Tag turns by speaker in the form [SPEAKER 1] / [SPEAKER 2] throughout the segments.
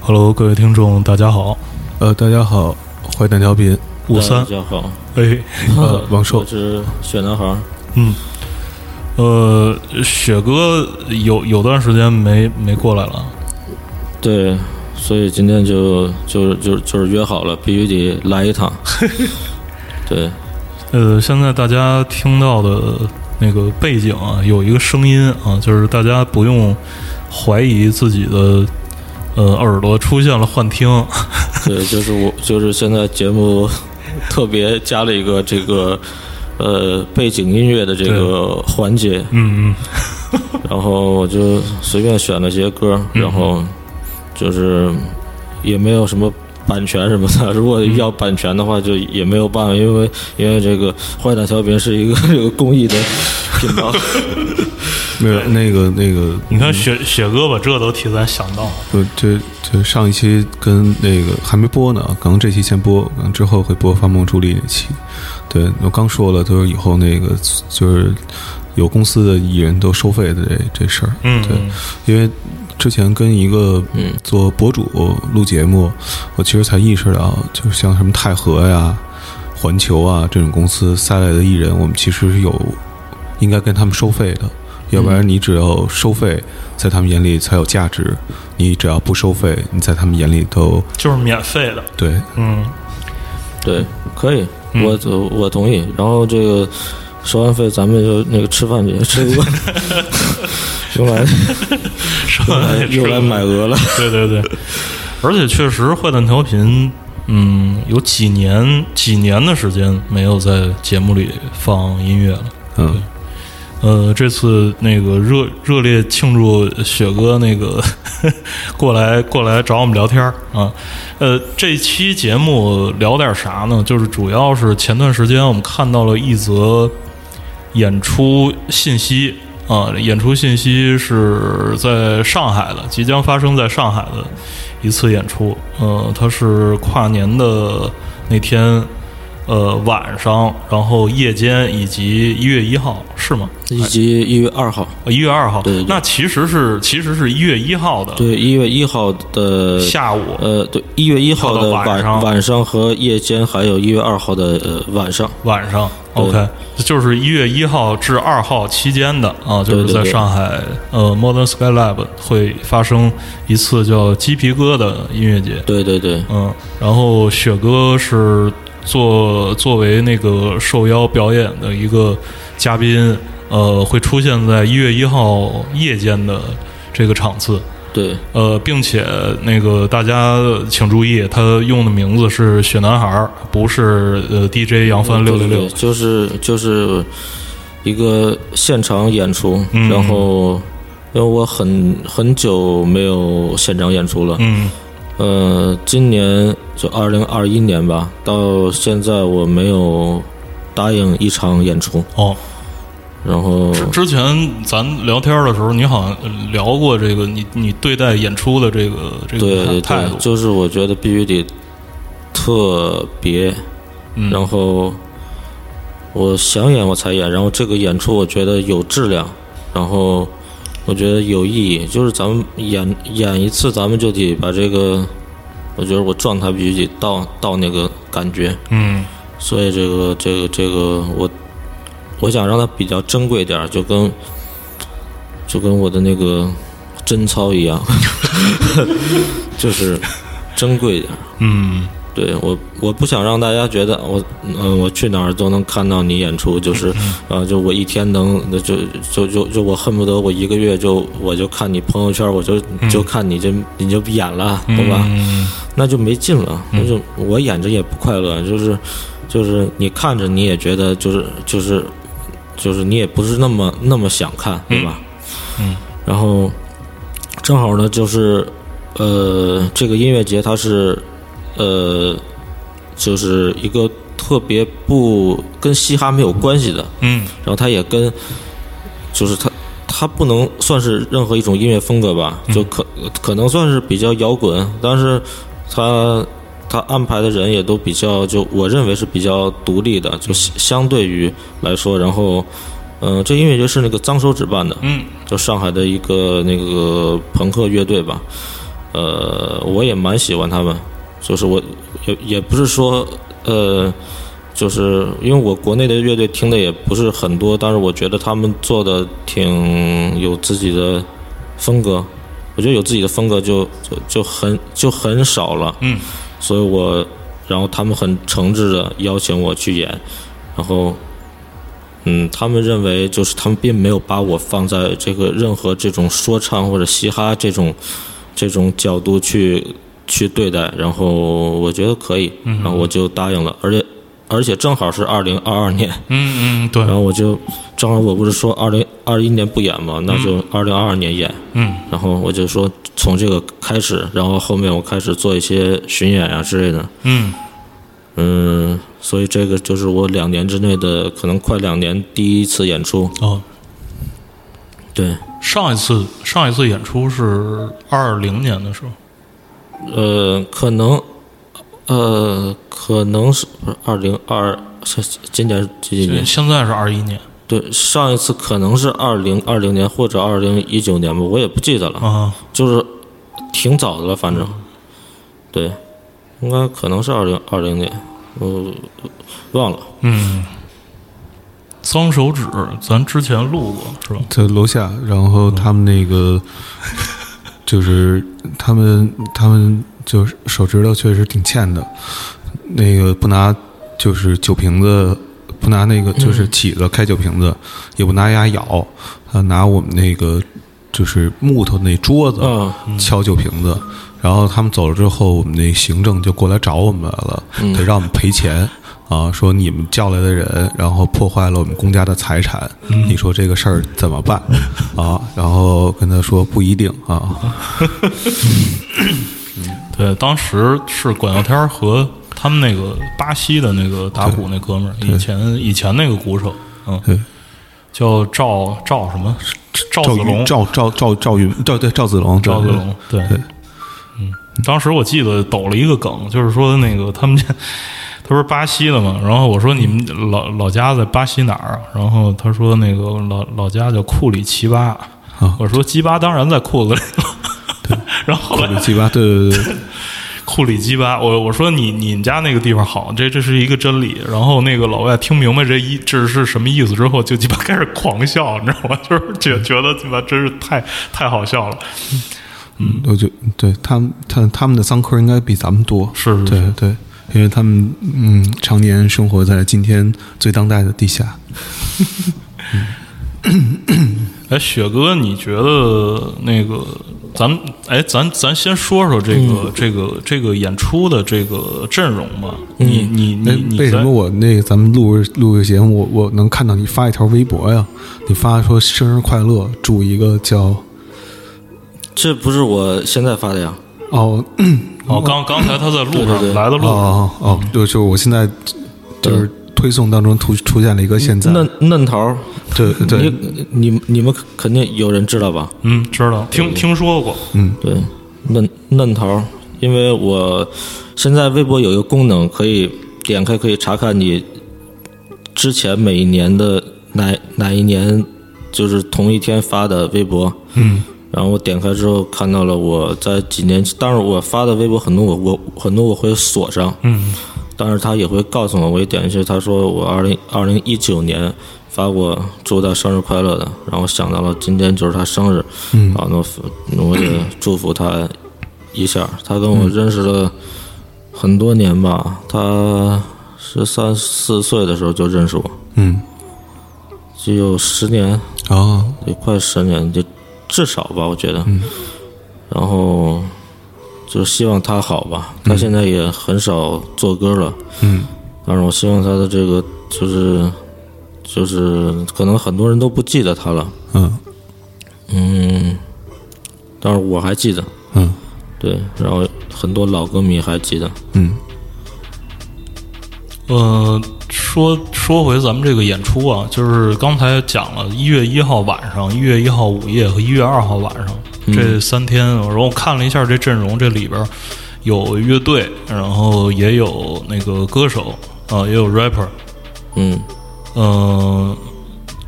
[SPEAKER 1] Hello，各位听众，大家好，
[SPEAKER 2] 呃，大家好，坏蛋调频，
[SPEAKER 1] 五三
[SPEAKER 3] 大，家好，
[SPEAKER 1] 哎，
[SPEAKER 2] 呃，王硕
[SPEAKER 3] 我，是雪男孩儿，
[SPEAKER 1] 嗯，呃，雪哥有有段时间没没过来了，
[SPEAKER 3] 对，所以今天就就就就是约好了，必须得来一 趟。对，
[SPEAKER 1] 呃，现在大家听到的那个背景啊，有一个声音啊，就是大家不用怀疑自己的呃耳朵出现了幻听，
[SPEAKER 3] 对，就是我，就是现在节目特别加了一个这个呃背景音乐的这个环节，
[SPEAKER 1] 嗯
[SPEAKER 3] 然后我就随便选了些歌，
[SPEAKER 1] 嗯
[SPEAKER 3] 然后就是也没有什么版权什么的。 如果要版权的话，就也没有办法，因为因为这个坏蛋小品是一个 这个公益的频 道。
[SPEAKER 2] 没有那个那个，
[SPEAKER 1] 你看雪雪哥把这都替咱想到了，
[SPEAKER 2] 就这这上一期跟那个还没播呢，可能这期先播，可能之后会播《发梦助力》那期。对我刚说了，就是以后那个就是有公司的艺人都收费的这这事儿，
[SPEAKER 1] 嗯，
[SPEAKER 2] 对因为之前跟一个
[SPEAKER 3] 嗯
[SPEAKER 2] 做博主录节目，我其实才意识到，就是像什么泰和呀、环球啊这种公司塞来的艺人，我们其实是有应该跟他们收费的，要不然你只要收费，在他们眼里才有价值；你只要不收费，你在他们眼里都
[SPEAKER 1] 就是免费的，
[SPEAKER 2] 对。
[SPEAKER 1] 嗯
[SPEAKER 3] 对，可以，
[SPEAKER 1] 嗯
[SPEAKER 3] 我我同意。然后这个收完费，咱们就那个吃饭去，吃鹅， 用来
[SPEAKER 1] 上
[SPEAKER 3] 用来
[SPEAKER 1] 来 吃
[SPEAKER 3] 用来买鹅了。
[SPEAKER 1] 对对对，而且确实坏蛋调频，嗯，有几年几年的时间没有在节目里放音乐了。
[SPEAKER 2] 嗯，
[SPEAKER 1] 呃，这次那个热热烈庆祝雪哥那个 过来过来找我们聊天儿啊，呃，这期节目聊点啥呢？就是主要是前段时间我们看到了一则演出信息啊，演出信息是在上海的，即将发生在上海的一次演出，呃，它是跨年的那天。呃，晚上，然后夜间以及一月一号是吗？
[SPEAKER 3] 以及一月二号，
[SPEAKER 1] 一月二号，
[SPEAKER 3] 对对对
[SPEAKER 1] 那其实是其实是一月一号的
[SPEAKER 3] 对，一月一号的
[SPEAKER 1] 下午，
[SPEAKER 3] 呃，对，一月一号
[SPEAKER 1] 到
[SPEAKER 3] 的
[SPEAKER 1] 晚
[SPEAKER 3] 晚
[SPEAKER 1] 上
[SPEAKER 3] 晚上和夜间，还有一月二号的呃晚上，
[SPEAKER 1] 晚上
[SPEAKER 3] 对
[SPEAKER 1] ，OK，就是一月一号至二号期间的啊，就
[SPEAKER 3] 对
[SPEAKER 1] 是
[SPEAKER 3] 对
[SPEAKER 1] 在
[SPEAKER 3] 对
[SPEAKER 1] 上海呃 Modern Sky Lab 会发生一次叫鸡皮疙瘩音乐节，
[SPEAKER 3] 对对对，
[SPEAKER 1] 嗯，然后雪哥是作作为那个受邀表演的一个嘉宾，呃，会出现在一月一号夜间的这个场次，
[SPEAKER 3] 对
[SPEAKER 1] 呃，并且那个大家请注意，他用的名字是雪男孩儿，不是呃 DJ 杨帆六
[SPEAKER 3] 对
[SPEAKER 1] 六
[SPEAKER 3] 对
[SPEAKER 1] 六
[SPEAKER 3] 对，。就是就是一个现场演出，
[SPEAKER 1] 嗯
[SPEAKER 3] 然后因为我很很久没有现场演出了，
[SPEAKER 1] 嗯
[SPEAKER 3] 呃，今年就二零二一年吧，到现在我没有答应一场演出，
[SPEAKER 1] 哦，
[SPEAKER 3] 然后
[SPEAKER 1] 之前咱聊天的时候，你好像聊过这个，你你对待演出的这个这
[SPEAKER 3] 对
[SPEAKER 1] 个
[SPEAKER 3] 对
[SPEAKER 1] 态
[SPEAKER 3] 对，
[SPEAKER 1] 度，
[SPEAKER 3] 就是我觉得必须得特别，
[SPEAKER 1] 嗯
[SPEAKER 3] 然后我想演我才演，然后这个演出我觉得有质量，然后我觉得有意义，就是咱们演演一次，咱们就得把这个，我觉得我状态必须得到到那个感觉，
[SPEAKER 1] 嗯
[SPEAKER 3] 所以这个这个这个我我想让它比较珍贵点儿，就跟就跟我的那个贞操一样， 就是珍贵一点儿。
[SPEAKER 1] 嗯
[SPEAKER 3] 对我，我不想让大家觉得我，嗯、我去哪儿都能看到你演出，就是，啊、就我一天能，就就就就我恨不得我一个月就我就看你朋友圈，我就就看你这你就演了，对吧？
[SPEAKER 1] 嗯
[SPEAKER 3] 那就没劲了，那就我演着也不快乐，就是就是你看着你也觉得就是就是就是你也不是那么那么想看，对吧？
[SPEAKER 1] 嗯，
[SPEAKER 3] 然后正好呢，就是呃，这个音乐节它是呃，就是一个特别不跟嘻哈没有关系的，
[SPEAKER 1] 嗯
[SPEAKER 3] 然后它也跟，就是它它不能算是任何一种音乐风格吧，就可可能算是比较摇滚，但是它它安排的人也都比较，就我认为是比较独立的，就相相对于来说，然后。嗯、这音乐节是那个脏手指办的，
[SPEAKER 1] 嗯
[SPEAKER 3] 就上海的一个那个朋克乐队吧，呃，我也蛮喜欢他们，就是我也也不是说呃，就是因为我国内的乐队听的也不是很多，但是我觉得他们做的挺有自己的风格，我觉得有自己的风格就就就很就很少了，
[SPEAKER 1] 嗯，
[SPEAKER 3] 所以我然后他们很诚挚的邀请我去演，然后。嗯，他们认为就是他们并没有把我放在这个任何这种说唱或者嘻哈这种这种角度去去对待，然后我觉得可以，然后我就答应了，而且而且正好是二零二二年，
[SPEAKER 1] 嗯嗯，对
[SPEAKER 3] 然，后我就正好我不是说二零二一年不演嘛，那就二零二二年演，
[SPEAKER 1] 嗯，
[SPEAKER 3] 然后我就说从这个开始，然后后面我开始做一些巡演啊之类的，
[SPEAKER 1] 嗯
[SPEAKER 3] 嗯，所以这个就是我两年之内的可能快两年第一次演出，
[SPEAKER 1] 哦，
[SPEAKER 3] 对，
[SPEAKER 1] 上一次上一次演出是二零年的时候，
[SPEAKER 3] 呃，可能，呃，可能是不是二零二，是今年是几几
[SPEAKER 1] 现
[SPEAKER 3] 年？
[SPEAKER 1] 现在是二一年
[SPEAKER 3] 对，上一次可能是二零二零年或者二零一九年吧，我也不记得了，
[SPEAKER 1] 啊，
[SPEAKER 3] 就是挺早的了，反正，对，应该可能是二零二零年，我忘了。
[SPEAKER 1] 嗯，脏手指，咱之前录过是吧？
[SPEAKER 2] 在楼下，然后他们那个、就是他们他们就是手指头确实挺欠的，那个不拿就是酒瓶子，不拿那个就是起子开酒瓶子，也不拿牙咬，他拿我们那个就是木头那桌子、
[SPEAKER 3] 嗯
[SPEAKER 2] 敲酒瓶子。然后他们走了之后，我们那行政就过来找我们来了，得让我们赔钱啊，说你们叫来的人，然后破坏了我们公家的财产，
[SPEAKER 1] 嗯
[SPEAKER 2] 你说这个事儿怎么办啊？然后跟他说不一定啊，
[SPEAKER 1] 对，当时是管耀天儿和他们那个巴西的那个打鼓那哥们儿，以前以前那个鼓手，
[SPEAKER 2] 对
[SPEAKER 1] 嗯，叫赵赵什么赵
[SPEAKER 2] 赵
[SPEAKER 1] 子龙，
[SPEAKER 2] 云赵赵赵赵云赵对赵子龙
[SPEAKER 1] 赵子
[SPEAKER 2] 对
[SPEAKER 1] 龙，对，
[SPEAKER 2] 对
[SPEAKER 1] 当时我记得抖了一个梗，就是说那个他们家，他不是巴西的嘛，然后我说你们老老家在巴西哪儿啊？然后他说那个老老家叫库里奇巴，
[SPEAKER 2] 啊
[SPEAKER 1] 我说鸡巴当然在裤子里了。 然后后
[SPEAKER 2] 对
[SPEAKER 1] 来
[SPEAKER 2] 对鸡巴对 对对对
[SPEAKER 1] 库里鸡巴，我我说你你们家那个地方好，这这是一个真理。然后那个老外听明白这一这是什么意思之后，就鸡巴开始狂笑，你知道吗？ 就是觉觉得鸡巴真是太太好笑了。
[SPEAKER 2] 嗯我就对他们他他们的桑科应该比咱们多
[SPEAKER 1] 是是
[SPEAKER 2] 对对，因为他们嗯常年生活在今天最当代的地下，
[SPEAKER 1] 哎，雪哥，你觉得那个咱们哎，咱咱先说说这个、这个这个演出的这个阵容吧。你你你
[SPEAKER 2] 哎
[SPEAKER 1] 你
[SPEAKER 2] 为什
[SPEAKER 1] 在
[SPEAKER 2] 么我那个咱们录录个节目，我我能看到你发一条微博呀？你发说生日快乐，祝一个叫
[SPEAKER 3] 这不是我现在发的呀，
[SPEAKER 2] 哦
[SPEAKER 1] 哦，刚刚才他在路上
[SPEAKER 3] 对对对
[SPEAKER 1] 来的路上，
[SPEAKER 2] 哦哦，就就是我现在就是推送当中出出现了一个现在，
[SPEAKER 3] 嫩嫩桃儿，
[SPEAKER 2] 对对
[SPEAKER 3] 你你你们肯定有人知道吧？
[SPEAKER 1] 嗯，知道，听听说过，
[SPEAKER 3] 对，嫩嫩头儿，因为我现在微博有一个功能，可以点开可以查看你之前每一年的哪哪一年，就是同一天发的微博。嗯。然后我点开之后看到了我在几年，当然我发的微博很多我我很多我会锁上。嗯。但是他也会告诉我，我一点进去，他说我二零二零一九年发过祝他生日快乐的，然后想到了今天就是他生日，嗯，好，那我那我也祝福他一下。他跟我认识了很多年吧，他十三四岁的时候就认识我，
[SPEAKER 2] 嗯
[SPEAKER 3] 只有十年，
[SPEAKER 2] 哦
[SPEAKER 3] 也快十年，就至少吧，我觉得。然后就希望他好吧，他现在也很少做歌了。
[SPEAKER 2] 嗯，
[SPEAKER 3] 但是我希望他的这个就是就是可能很多人都不记得他了，
[SPEAKER 2] 嗯
[SPEAKER 3] 嗯，但是我还记得，
[SPEAKER 2] 嗯
[SPEAKER 3] 对，然后很多老歌迷还记得，
[SPEAKER 2] 嗯
[SPEAKER 1] 呃，说说回咱们这个演出啊，就是刚才讲了，一月一号晚上、一月一号午夜和一月二号晚上、这三天，然后我看了一下这阵容，这里边有乐队，然后也有那个歌手啊、也有 rapper，
[SPEAKER 3] 嗯，
[SPEAKER 1] 嗯、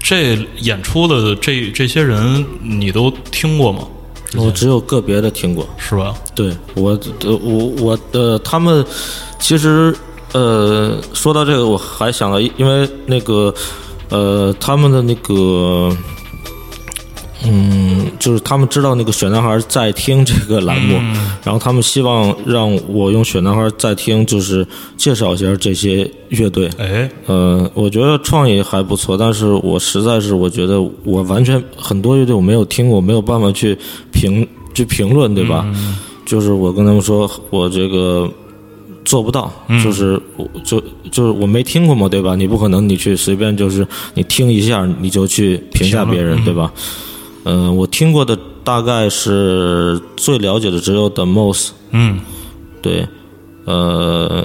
[SPEAKER 1] 这演出的这这些人你都听过吗？之
[SPEAKER 3] 我
[SPEAKER 1] 前，
[SPEAKER 3] 只有个别的听过。
[SPEAKER 1] 是吧？
[SPEAKER 3] 对我，呃我我呃，他们其实呃，说到这个，我还想到，因为那个呃，他们的那个。嗯，就是他们知道那个《选男孩在听》这个栏目，然后他们希望让我用《选男孩在听》就是介绍一下这些乐队。
[SPEAKER 1] 哎，
[SPEAKER 3] 呃，我觉得创意还不错，但是我实在是我觉得我完全很多乐队我没有听过，没有办法去评去评论，对吧？就是我跟他们说，我这个做不到，就是我就就是我没听过嘛，对吧？你不可能你去随便就是你听一下你就去评价别人，对吧？嗯、我听过的大概是最了解的只有 The Most，
[SPEAKER 1] 嗯，
[SPEAKER 3] 对，呃，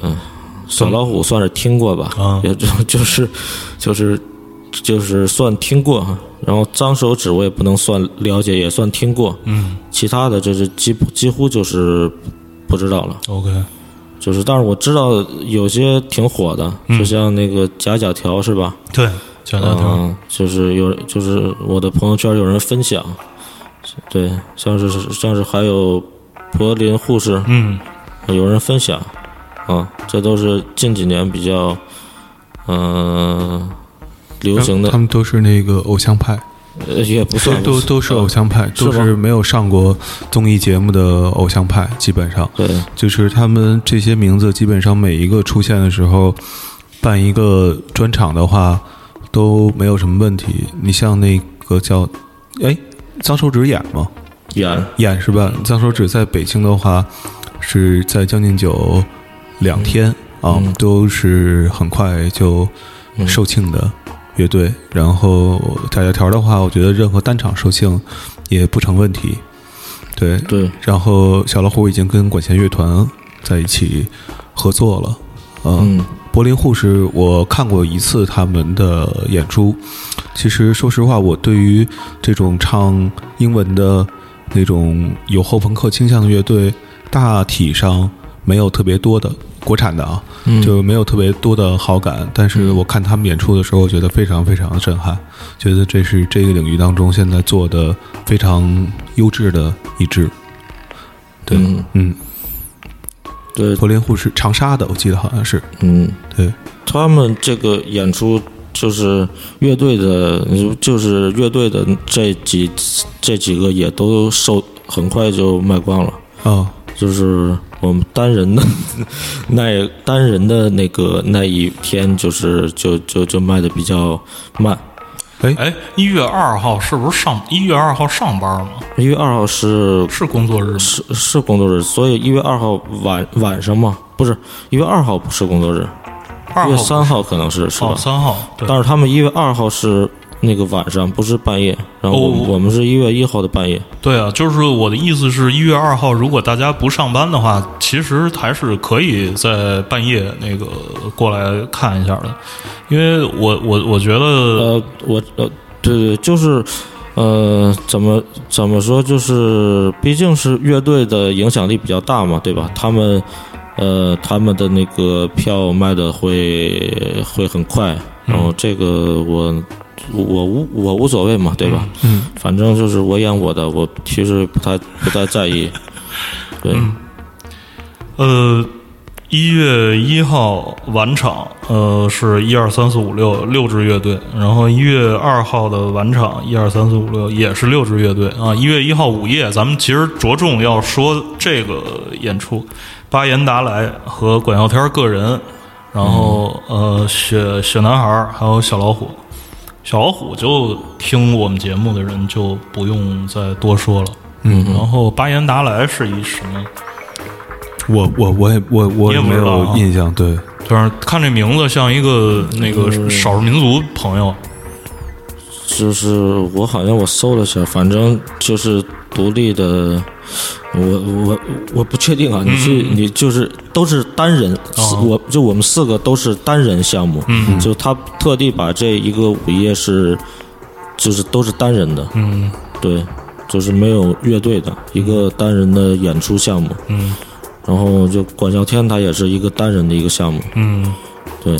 [SPEAKER 3] 小老虎算是听过吧，
[SPEAKER 1] 啊
[SPEAKER 3] 也就就是就是就是算听过哈。然后脏手指我也不能算了解，也算听过。
[SPEAKER 1] 嗯
[SPEAKER 3] 其他的这是几几乎就是不知道了，
[SPEAKER 1] ，OK，
[SPEAKER 3] 就是但是我知道有些挺火的，
[SPEAKER 1] 嗯
[SPEAKER 3] 就像那个假假条是吧？
[SPEAKER 1] 对，简单条，
[SPEAKER 3] 嗯，就是有就是我的朋友圈有人分享，对，像是像是还有柏林护士，
[SPEAKER 1] 嗯，
[SPEAKER 3] 有人分享，啊，这都是近几年比较，嗯、流行的
[SPEAKER 2] 他，们都是那个偶像派，
[SPEAKER 3] 呃也不
[SPEAKER 2] 都
[SPEAKER 3] 算
[SPEAKER 2] 都都是偶像派，
[SPEAKER 3] 是
[SPEAKER 2] 都
[SPEAKER 3] 吗
[SPEAKER 2] 是没有上过综艺节目的偶像派，基本上
[SPEAKER 3] 对，
[SPEAKER 2] 就是他们这些名字，基本上每一个出现的时候，办一个专场的话都没有什么问题。你像那个叫，哎，脏手指演吗？
[SPEAKER 3] 演
[SPEAKER 2] 演是吧？脏手指在北京的话是在将近有两天、啊，
[SPEAKER 3] 嗯
[SPEAKER 2] 都是很快就售罄的乐队。然后假假条的话，我觉得任何单场售罄也不成问题。对，
[SPEAKER 3] 对，
[SPEAKER 2] 然后小老虎已经跟管弦乐团在一起合作了。嗯，
[SPEAKER 3] 嗯
[SPEAKER 2] 柏林护士我看过一次他们的演出。其实说实话，我对于这种唱英文的那种有后朋克倾向的乐队，大体上没有特别多的国产的啊，
[SPEAKER 3] 嗯，
[SPEAKER 2] 就没有特别多的好感。但是我看他们演出的时候，我觉得非常非常的震撼，觉得这是这个领域当中现在做的非常优质的一支。对，
[SPEAKER 3] 嗯
[SPEAKER 2] 嗯，
[SPEAKER 3] 对，
[SPEAKER 2] 柏林护士，长沙的，我记得好像是，
[SPEAKER 3] 嗯，
[SPEAKER 2] 对，
[SPEAKER 3] 他们这个演出就是乐队的，就是乐队的这几这几个也都售，很快就卖光了。
[SPEAKER 2] 哦，
[SPEAKER 3] 就是我们单人的 那单人的那个那一天，就是就就就卖的比较慢。
[SPEAKER 1] 哎，一月二号是不是上一月二号上班吗？
[SPEAKER 3] 一月二号是
[SPEAKER 1] 是工作日吗？
[SPEAKER 3] 是是工作日，所以一月二号晚晚上嘛，不是一月二号不是工作日，
[SPEAKER 1] 二号
[SPEAKER 3] 一月三号可能是是吧
[SPEAKER 1] 哦，？三号，对，
[SPEAKER 3] 但是他们一月二号是那个晚上，不是半夜。然后我们、
[SPEAKER 1] 哦
[SPEAKER 3] 我们是一月一号的半夜。
[SPEAKER 1] 对啊，就是我的意思是，一月二号如果大家不上班的话，其实还是可以在半夜那个过来看一下的，因为我我我觉得，
[SPEAKER 3] 呃，我呃，对对，就是，呃，怎么怎么说，就是呃毕竟是乐队的影响力比较大嘛，对吧？他们，呃，他们的那个票卖的会会很快，然后这个我。我无我无所谓嘛，对吧？
[SPEAKER 2] 嗯，
[SPEAKER 3] 反正就是我演我的，我其实不太不太在意。对，
[SPEAKER 1] 嗯呃，一月一号晚场，呃，是一二三四五六六支乐队，然后一月二号的晚场，一二三四五六也是六支乐队啊。一月一号午夜，咱们其实着重要说这个演出，巴彦达莱和管耀天个人，然后、呃，雪雪男孩儿还有小老虎。小老虎就听我们节目的人就不用再多说了。嗯，然后巴彦达莱是一什么？
[SPEAKER 2] 我我我也我
[SPEAKER 1] 你
[SPEAKER 2] 我
[SPEAKER 1] 也
[SPEAKER 2] 也
[SPEAKER 1] 不
[SPEAKER 2] 没
[SPEAKER 1] 知道啊
[SPEAKER 2] 有印象，对，
[SPEAKER 1] 就是看这名字像一个那个少数民族朋友，
[SPEAKER 3] 就是我好像我搜了一下，反正就是独立的，我我我不确定啊。你去
[SPEAKER 1] 嗯
[SPEAKER 3] 你就是都是单人，四我就我们四个都是单人项目，
[SPEAKER 1] 哦嗯
[SPEAKER 3] 就他特地把这一个午夜是，就是都是单人的，
[SPEAKER 1] 嗯
[SPEAKER 3] 对，就是没有乐队的一个单人的演出项目。
[SPEAKER 1] 嗯
[SPEAKER 3] 然后就管笑天他也是一个单人的一个项目，
[SPEAKER 1] 嗯，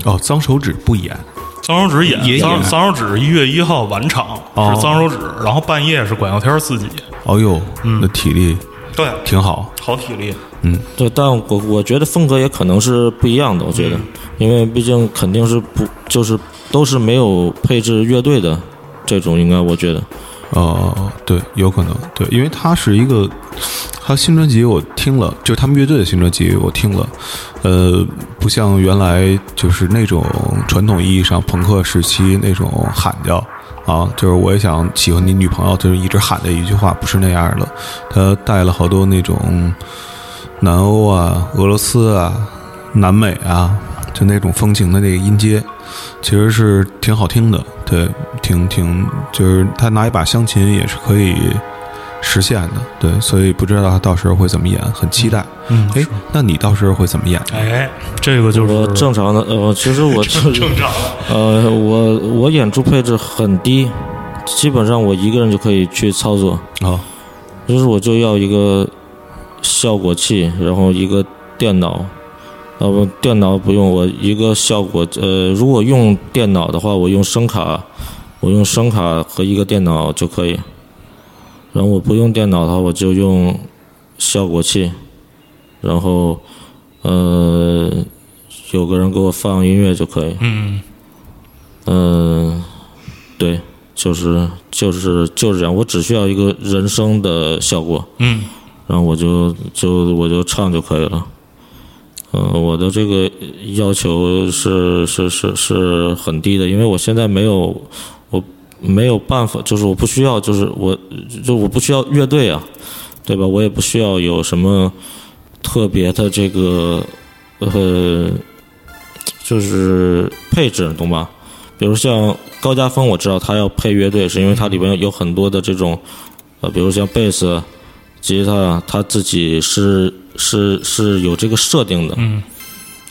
[SPEAKER 2] 哦，脏手指不演，
[SPEAKER 1] 脏手指演
[SPEAKER 2] 也，
[SPEAKER 1] 脏
[SPEAKER 2] 演
[SPEAKER 1] 脏手指一月一号晚场
[SPEAKER 2] 哦
[SPEAKER 1] 是脏手指，然后半夜是管药天自己，
[SPEAKER 2] 哦呦，
[SPEAKER 1] 嗯
[SPEAKER 2] 那体力
[SPEAKER 1] 对，
[SPEAKER 2] 挺好，
[SPEAKER 1] 好体力，
[SPEAKER 3] 对，但我我觉得风格也可能是不一样的，我
[SPEAKER 1] 嗯
[SPEAKER 3] 觉得，因为毕竟肯定是不就是都是没有配置乐队的这种，应该我觉得，
[SPEAKER 2] 呃，对，有可能，对，因为他是一个，他新专辑我听了，就是他们乐队的新专辑我听了，呃，不像原来就是那种传统意义上朋克时期那种喊叫啊，就是我也想喜欢你女朋友，就是一直喊的一句话，不是那样的，他带了好多那种南欧啊、俄罗斯啊、南美啊，就那种风情的那个音阶，其实是挺好听的，对，挺挺，就是他拿一把香琴也是可以实现的，对，所以不知道他到时候会怎么演，很期待。
[SPEAKER 1] 嗯
[SPEAKER 2] 哎、那你到时候会怎么演？
[SPEAKER 1] 哎，这个就是
[SPEAKER 3] 我正常的，呃，其实我
[SPEAKER 1] 正正常，
[SPEAKER 3] 呃，我我演出配置很低，基本上我一个人就可以去操作，
[SPEAKER 2] 哦，
[SPEAKER 3] 就是我就要一个效果器，然后一个电脑，呃不，电脑不用，我一个效果，呃，如果用电脑的话，我用声卡，我用声卡和一个电脑就可以，然后我不用电脑的话，我就用效果器，然后呃，有个人给我放音乐就可以。
[SPEAKER 1] 嗯，
[SPEAKER 3] 嗯，对，就是就是就是这样，我只需要一个人声的效果，
[SPEAKER 1] 嗯，
[SPEAKER 3] 然后我就就我就唱就可以了。嗯、我的这个要求是是是是很低的，因为我现在没有我没有办法，就是我不需要，就是我就我不需要乐队啊，对吧？我也不需要有什么特别的这个呃，就是配置，懂吧？比如像高家峰，我知道他要配乐队，是因为它里边有很多的这种，呃，比如像贝斯、吉他，他自己是是是有这个设定的。
[SPEAKER 1] 嗯。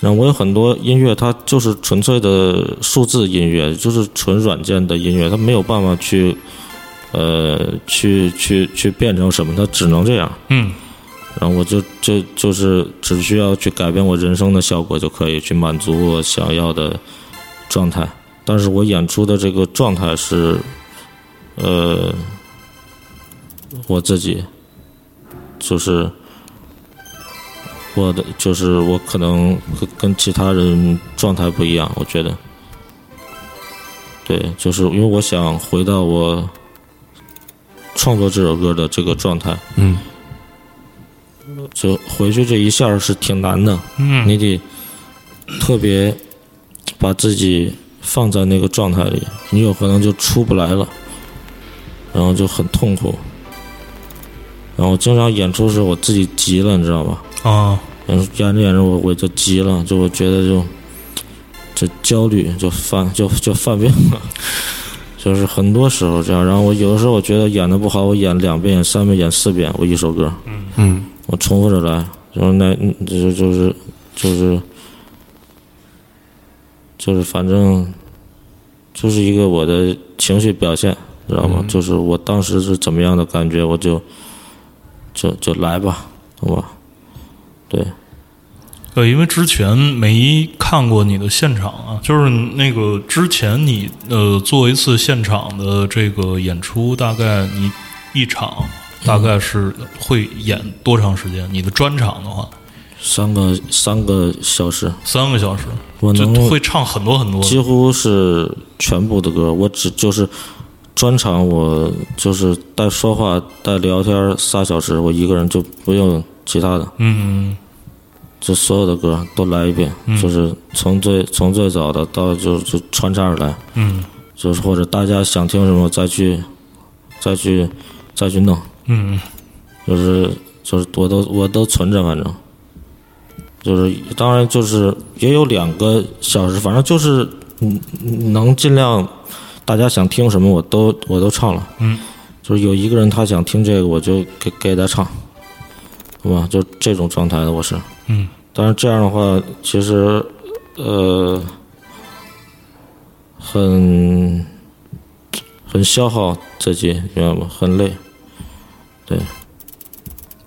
[SPEAKER 3] 然后我有很多音乐，它就是纯粹的数字音乐，就是纯软件的音乐，它没有办法去，呃，去去去变成什么，它只能这样。
[SPEAKER 1] 嗯，
[SPEAKER 3] 然后我就就就是只需要去改变我人生的效果就可以去满足我想要的状态，但是我演出的这个状态是，呃，我自己，就是我的就是我可能跟跟其他人状态不一样，我觉得，对，就是因为我想回到我创作这首歌的这个状态。
[SPEAKER 2] 嗯，
[SPEAKER 3] 就回去这一下儿是挺难的，
[SPEAKER 1] 嗯
[SPEAKER 3] 你得特别把自己放在那个状态里，你有可能就出不来了，然后就很痛苦。然后我经常演出时候我自己急了，你知道吧？
[SPEAKER 1] 啊，
[SPEAKER 3] 演演着演着我我就急了，就我觉得就就焦虑就犯就就犯病了， 就是很多时候这样。然后我有的时候我觉得演的不好，我演两遍、演三遍、演四遍，我一首歌，
[SPEAKER 2] 嗯，
[SPEAKER 3] 我重复着来，就是那，嗯就是就是就是就是，反正就是一个我的情绪表现，知道吗？就是我当时是怎么样的感觉，我就就就来吧，好吧？对，
[SPEAKER 1] 对，因为之前没看过你的现场啊，就是那个之前你呃做一次现场的这个演出，大概你一场大概是会演多长时间？你的专场的话，
[SPEAKER 3] 三个三个小时，
[SPEAKER 1] 三个小时，
[SPEAKER 3] 我
[SPEAKER 1] 就
[SPEAKER 3] 能
[SPEAKER 1] 会唱很多很多
[SPEAKER 3] 几乎是全部的歌，我只就是专场，我就是带说话带聊天仨小时，我一个人就不用其他的。
[SPEAKER 1] 嗯
[SPEAKER 3] 就所有的歌都来一遍，就是从最从最早的到就就穿插着来，
[SPEAKER 1] 嗯
[SPEAKER 3] 就是或者大家想听什么再去再去再去弄，
[SPEAKER 1] 嗯
[SPEAKER 3] 就是就是我都我都存着，反正就是当然就是也有两个小时，反正就是嗯能尽量大家想听什么我都我都唱了，
[SPEAKER 1] 嗯，
[SPEAKER 3] 就是有一个人他想听这个我就给给他唱，好吧，就这种状态的我是，
[SPEAKER 1] 嗯，
[SPEAKER 3] 但是这样的话其实呃很很消耗自己，明白吗？很累，对。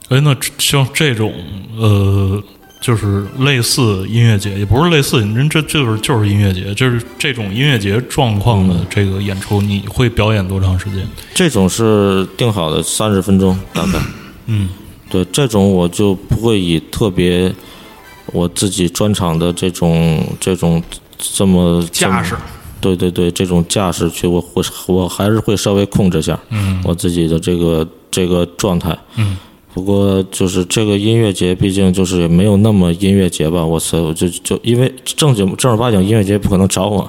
[SPEAKER 1] 哎，那这像这种呃就是类似音乐节，也不是类似，人这就是就是音乐节，就是这种音乐节状况
[SPEAKER 3] 嗯
[SPEAKER 1] 的这个演出，你会表演多长时间？
[SPEAKER 3] 这种是定好的三十分钟大概。
[SPEAKER 1] 嗯，
[SPEAKER 3] 对，这种我就不会以特别我自己专场的这种这种这么
[SPEAKER 1] 架势，
[SPEAKER 3] 对对对，这种架势去，我会我还是会稍微控制下
[SPEAKER 1] 嗯
[SPEAKER 3] 我自己的这个这个状态。
[SPEAKER 1] 嗯，
[SPEAKER 3] 不过就是这个音乐节，毕竟就是也没有那么音乐节吧。我操，我就就因为正经正儿八经音乐节不可能找我。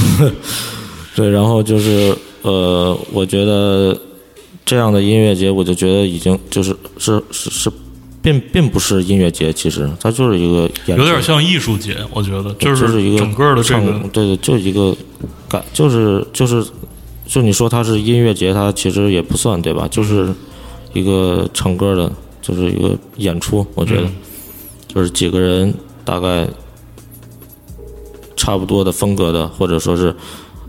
[SPEAKER 3] 对，然后就是呃，我觉得这样的音乐节，我就觉得已经就是是是是，并并不是音乐节，其实它就是一个演
[SPEAKER 1] 有
[SPEAKER 3] 出
[SPEAKER 1] 点像艺术节，我觉得
[SPEAKER 3] 就是一个
[SPEAKER 1] 整个的这
[SPEAKER 3] 唱
[SPEAKER 1] 个，
[SPEAKER 3] 对对，就是一个感，就是就是就你说它是音乐节，它其实也不算对吧？就是一个唱歌的，就是一个演出，我觉得、
[SPEAKER 1] 嗯
[SPEAKER 3] 就是几个人大概差不多的风格的，或者说是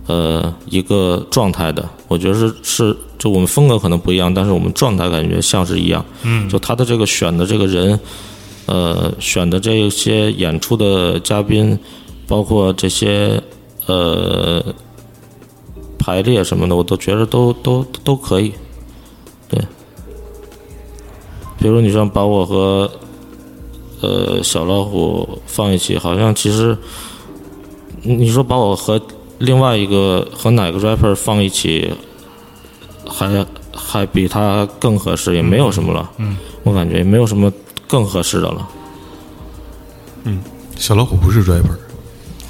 [SPEAKER 3] 呃一个状态的，我觉得是是就我们风格可能不一样，但是我们状态感觉像是一样。
[SPEAKER 1] 嗯
[SPEAKER 3] 就他的这个选的这个人，呃，选的这些演出的嘉宾，包括这些呃排列什么的，我都觉得都都都可以。对，比如你像把我和呃小老虎放一起，好像其实你你说把我和另外一个和哪个 rapper 放一起，还还比他更合适，也没有什么了。
[SPEAKER 1] 嗯，
[SPEAKER 3] 我感觉也没有什么更合适的了。
[SPEAKER 2] 小老虎不是 rapper，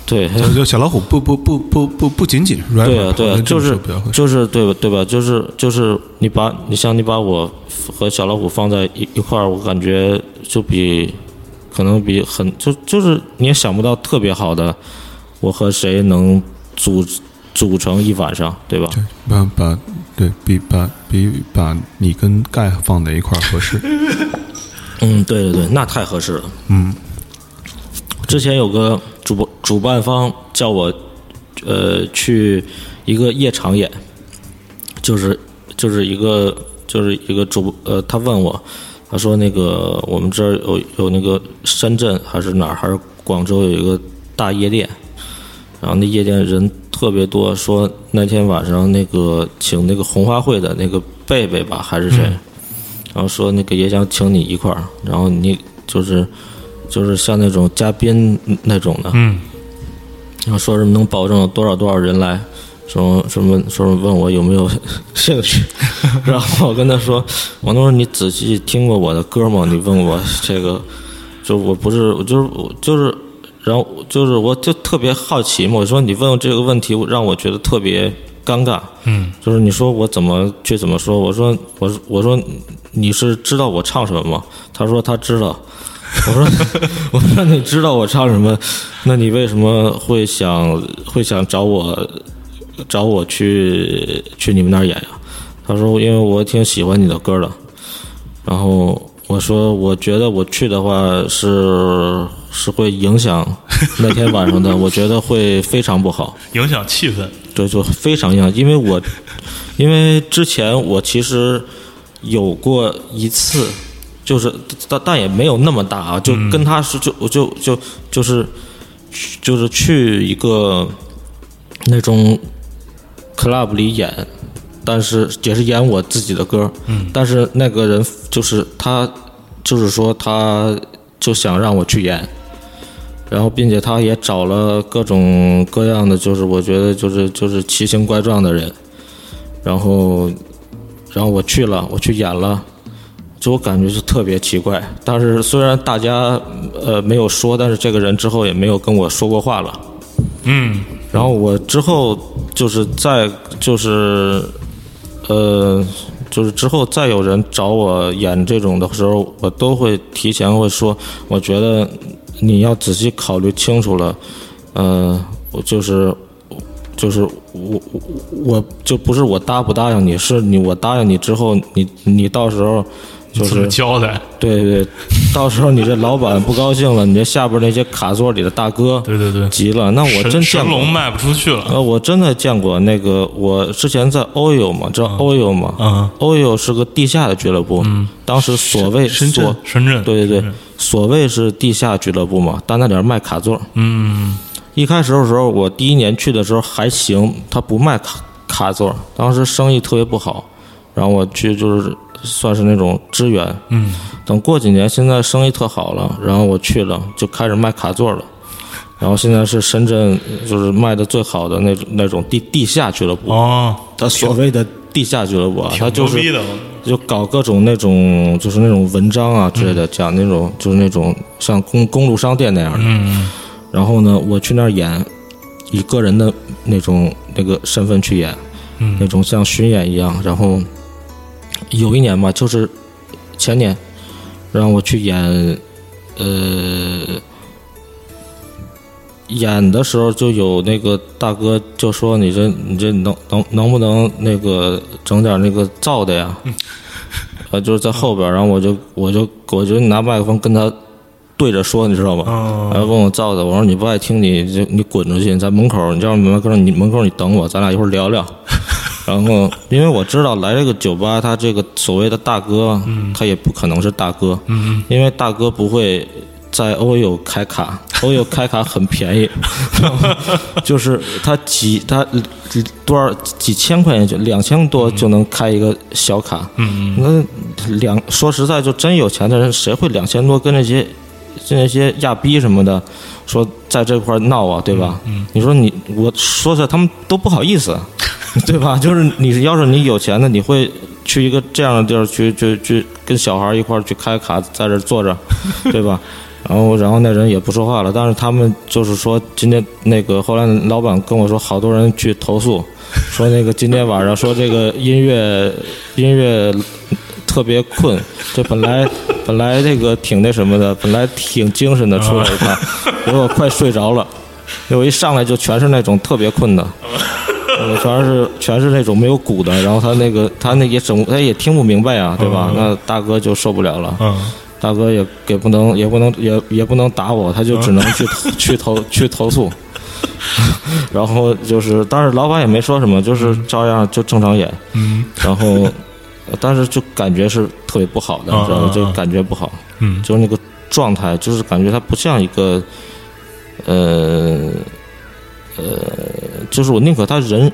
[SPEAKER 3] 对，
[SPEAKER 2] 就就小老虎不不不不不不仅仅是 rapper，
[SPEAKER 3] 对啊，对
[SPEAKER 2] 好
[SPEAKER 3] 啊
[SPEAKER 2] 像，这
[SPEAKER 3] 就
[SPEAKER 2] 么说
[SPEAKER 3] 是
[SPEAKER 2] 比较合适。
[SPEAKER 3] 就是对吧？对吧？就是就是你把你像你把我和小老虎放在一一块儿，我感觉就比可能比很就就是你也想不到特别好的，我和谁能组组成一晚上，对吧？
[SPEAKER 2] 对，把把对比把比把你跟盖放在一块儿合适。
[SPEAKER 3] 嗯，对对对，那太合适了。
[SPEAKER 2] 嗯，
[SPEAKER 3] 之前有个主播主办方叫我，呃，去一个夜场演，就是就是一个就是一个主播呃，他问我，他说那个我们这儿有有那个深圳还是哪儿还是广州有一个大夜店，然后那夜店人特别多，说那天晚上那个请那个红花会的那个贝贝吧还是谁，然后说那个也想请你一块儿，然后你就是就是像那种嘉宾那种的，
[SPEAKER 1] 嗯
[SPEAKER 3] 然后说什么能保证多少多少人来，说什么说什么问我有没有兴趣，然后我跟他说，我都说你仔细听过我的歌吗？你问我这个，就我不是我就是我就是，然后就是我就特别好奇嘛，我说你问我这个问题让我觉得特别尴尬，
[SPEAKER 1] 嗯
[SPEAKER 3] 就是你说我怎么去怎么说？我说我说我说你是知道我唱什么吗？他说他知道。我说 我说你知道我唱什么？那你为什么会想会想找我找我去去你们那儿演呀、他说因为我挺喜欢你的歌的。然后我说我觉得我去的话是是会影响那天晚上的，我觉得会非常不好。
[SPEAKER 1] 影响气氛，
[SPEAKER 3] 对，就非常像，因为我， 因为之前我其实有过一次，就是但但也没有那么大啊，就跟他是就我就就就是就是去一个那种 club 里演，但是也是演我自己的歌，
[SPEAKER 1] 嗯
[SPEAKER 3] 但是那个人就是他，就是说他就想让我去演，然后并且他也找了各种各样的，就是我觉得就是就是奇形怪状的人，然后然后我去了，我去演了。就我感觉就特别奇怪，但是虽然大家呃没有说，但是这个人之后也没有跟我说过话了。
[SPEAKER 1] 嗯
[SPEAKER 3] 然后我之后就是再就是，呃，就是之后再有人找我演这种的时候，我都会提前会说，我觉得你要仔细考虑清楚了，呃，我就是就是我我我就不是我答不答应你，是你我答应你之后，你你到时候就
[SPEAKER 1] 怎么
[SPEAKER 3] 是
[SPEAKER 1] 交代？
[SPEAKER 3] 对对，到时候你这老板不高兴了，你这下边那些卡座里的大哥
[SPEAKER 1] 对对对，
[SPEAKER 3] 急了，那我
[SPEAKER 1] 神
[SPEAKER 3] 真见
[SPEAKER 1] 神
[SPEAKER 3] 过
[SPEAKER 1] 龙卖不出去了，
[SPEAKER 3] 呃，我真的见过那个，我之前在 OYO 嘛，知道 OYO 吗
[SPEAKER 1] 嗯
[SPEAKER 3] ？OYO 是个地下的俱乐部，当时所谓
[SPEAKER 2] 嗯深圳
[SPEAKER 3] 所
[SPEAKER 1] 深圳
[SPEAKER 3] 对对对
[SPEAKER 1] 深圳，
[SPEAKER 3] 所谓是地下俱乐部嘛，但那里面卖卡座。
[SPEAKER 1] 嗯，
[SPEAKER 3] 一开始的时候，我第一年去的时候还行，他不卖卡卡座，当时生意特别不好，然后我去就是算是那种支援。
[SPEAKER 1] 嗯，
[SPEAKER 3] 等过几年，现在生意特好了，然后我去了就开始卖卡座了，然后现在是深圳就是卖的最好的那种那种地地下俱乐部，
[SPEAKER 1] 哦，
[SPEAKER 3] 他所谓的地下俱乐部啊，他
[SPEAKER 1] 挺
[SPEAKER 3] 就
[SPEAKER 1] 牛
[SPEAKER 3] 是
[SPEAKER 1] 逼的，
[SPEAKER 3] 就搞各种那种就是那种文章啊之类的，讲那种就是那种像公公路商店那样的。
[SPEAKER 1] 嗯
[SPEAKER 3] 然后呢，我去那儿演，以个人的那种那个身份去演，那
[SPEAKER 1] 嗯
[SPEAKER 3] 种像巡演一样。然后有一年吧，就是前年，让我去演，呃，演的时候就有那个大哥就说：“你这你这能能能不能那个整点那个燥的呀？”呃，就是在后边儿，然后我就我就我就拿麦克风跟他对着说，你知道吗？
[SPEAKER 1] 嗯
[SPEAKER 3] 然后问我造的，我说你不爱听你就你滚出去，你在门口，你叫门口你门口你等我，咱俩一会 儿聊聊。然后因为我知道来这个酒吧，他这个所谓的大哥，他也不可能是大哥，
[SPEAKER 1] 嗯，
[SPEAKER 3] 因为大哥不会在欧友开卡， 欧友开卡很便宜，就是他几他多少几千块钱就两千多就能开一个小卡，
[SPEAKER 1] 嗯
[SPEAKER 3] 那两说实在，就真有钱的人，谁会两千多跟那些跟那些亚逼什么的说在这块儿闹啊，对吧？你说你我说实在，他们都不好意思， 对吧？就是你要是你有钱的，你会去一个这样的地儿去去去跟小孩一块儿去开卡，在这儿坐着，对吧？然后，然后那人也不说话了，但是他们就是说，今天那个后来老板跟我说，好多人去投诉，说那个今天晚上说这个音乐音乐特别困，这本来本来这个挺那什么的，本来挺精神的，出来一趟，结果快睡着了，结果一上来就全是那种特别困的，呃全是全是那种没有鼓的，然后他那个他那也整他也听不明白啊，对吧？那大哥就受不了了。
[SPEAKER 1] 嗯
[SPEAKER 3] 大哥也也不能也不能也也不能打我，他就只能去、去投去投诉。 然后就是，但是老板也没说什么，就是照样就正常演。
[SPEAKER 1] 嗯
[SPEAKER 3] 然后，呃但是就感觉是特别不好的，你知道
[SPEAKER 1] 啊啊
[SPEAKER 3] 吗
[SPEAKER 1] 啊？
[SPEAKER 3] 就感觉不好，
[SPEAKER 1] 嗯
[SPEAKER 3] 就是那个状态，就是感觉他不像一个，呃呃，就是我宁可他人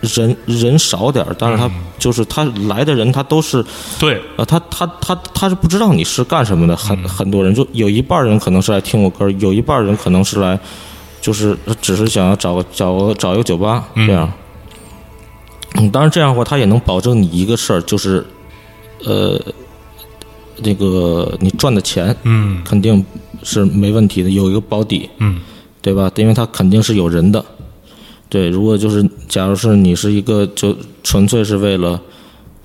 [SPEAKER 3] 人人少点儿，但是他就是他来的人，他都是。
[SPEAKER 1] 对，
[SPEAKER 3] 啊，他他他他是不知道你是干什么的，
[SPEAKER 1] 嗯
[SPEAKER 3] 很很多人就有一半人可能是来听我歌，有一半人可能是来，就是只是想要找个找个找一个酒吧这样。嗯，当然这样的话，他也能保证你一个事儿，就是，呃，那个你赚的钱
[SPEAKER 1] 嗯
[SPEAKER 3] 肯定是没问题的，有一个保底。
[SPEAKER 1] 嗯
[SPEAKER 3] 对吧？因为它肯定是有人的。对，如果就是假如是你是一个就纯粹是为了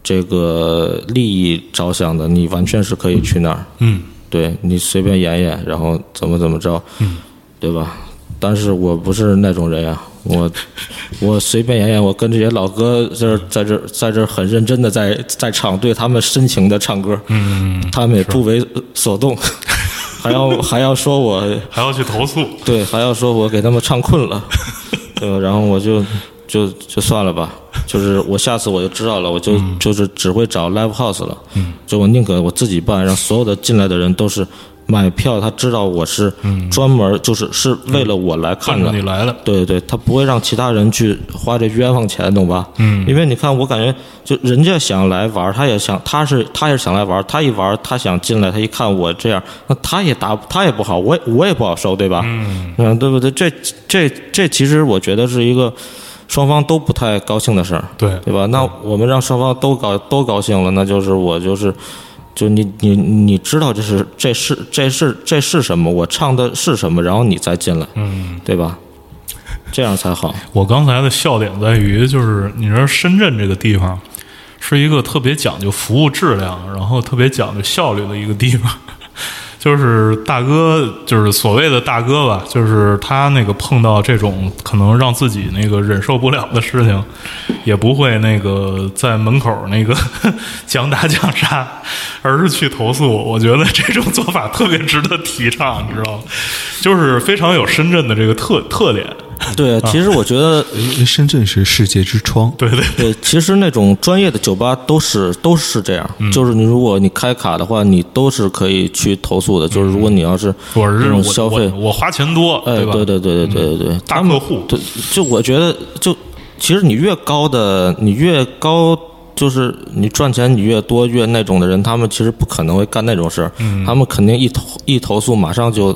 [SPEAKER 3] 这个利益着想的，你完全是可以去那儿，
[SPEAKER 1] 嗯
[SPEAKER 3] 对你随便演演，然后怎么怎么着，
[SPEAKER 1] 嗯
[SPEAKER 3] 对吧？但是我不是那种人呀、啊我我随便演演，我跟这些老哥就是在这儿在这儿很认真的在在唱，对他们深情的唱歌，
[SPEAKER 1] 嗯，
[SPEAKER 3] 他们也不为所动， 还要还要说我
[SPEAKER 1] 还要去投诉，
[SPEAKER 3] 对，还要说我给他们唱困了，对吧？然后我就就就算了吧，就是我下次我就知道了，我就、就是只会找 live house 了，就我宁可我自己办，让所有的进来的人都是买票，他知道我是专门、就是是为了我来看
[SPEAKER 1] 奔
[SPEAKER 3] 的
[SPEAKER 1] 着，你来的，
[SPEAKER 3] 对对，他不会让其他人去花这冤枉钱，懂吧？嗯，因为你看，我感觉就人家想来玩儿，他也想，他是他也想来玩儿，他一玩儿，他想进来，他一看我这样，那他也打他也不好，我也我也不好受，对吧？嗯，对不对？这这这其实我觉得是一个双方都不太高兴的事儿，
[SPEAKER 1] 对，
[SPEAKER 3] 对吧？那我们让双方都高都高兴了，那就是我就是。就你你你知道这是这是这是这是什么？我唱的是什么？然后你再进来，
[SPEAKER 1] 嗯。
[SPEAKER 3] 对吧？这样 才好。
[SPEAKER 1] 我刚才的笑点在于，就是你说深圳这个地方是一个特别讲究服务质量，然后特别讲究效率的一个地方。 就是大哥，就是所谓的大哥吧，就是他那个碰到这种可能让自己那个忍受不了的事情，也不会那个在门口那个 讲打讲杀，而是去投诉。我觉得这种做法特别值得提倡，你知道吗？就是非常有深圳的这个特特点。
[SPEAKER 3] 对，其实我觉得，
[SPEAKER 2] 因为 深圳是世界之窗，
[SPEAKER 1] 对对，
[SPEAKER 3] 对，其实那种专业的酒吧都是都是这样，
[SPEAKER 1] 嗯
[SPEAKER 3] 就是你如果你开卡的话，你都是可以去投诉的。就是如果你要是
[SPEAKER 1] 嗯我
[SPEAKER 3] 这
[SPEAKER 1] 是
[SPEAKER 3] 种
[SPEAKER 1] 我
[SPEAKER 3] 消费
[SPEAKER 1] 我，我花钱多，
[SPEAKER 3] 哎，
[SPEAKER 1] 吧？嗯
[SPEAKER 3] 对对对对对对对，
[SPEAKER 1] 大客户，
[SPEAKER 3] 对，就我觉得，就其实你越高的，你越高，就是你赚钱你越多越那种的人，他们其实不可能会干那种事儿，他们肯定一投一投诉，马上就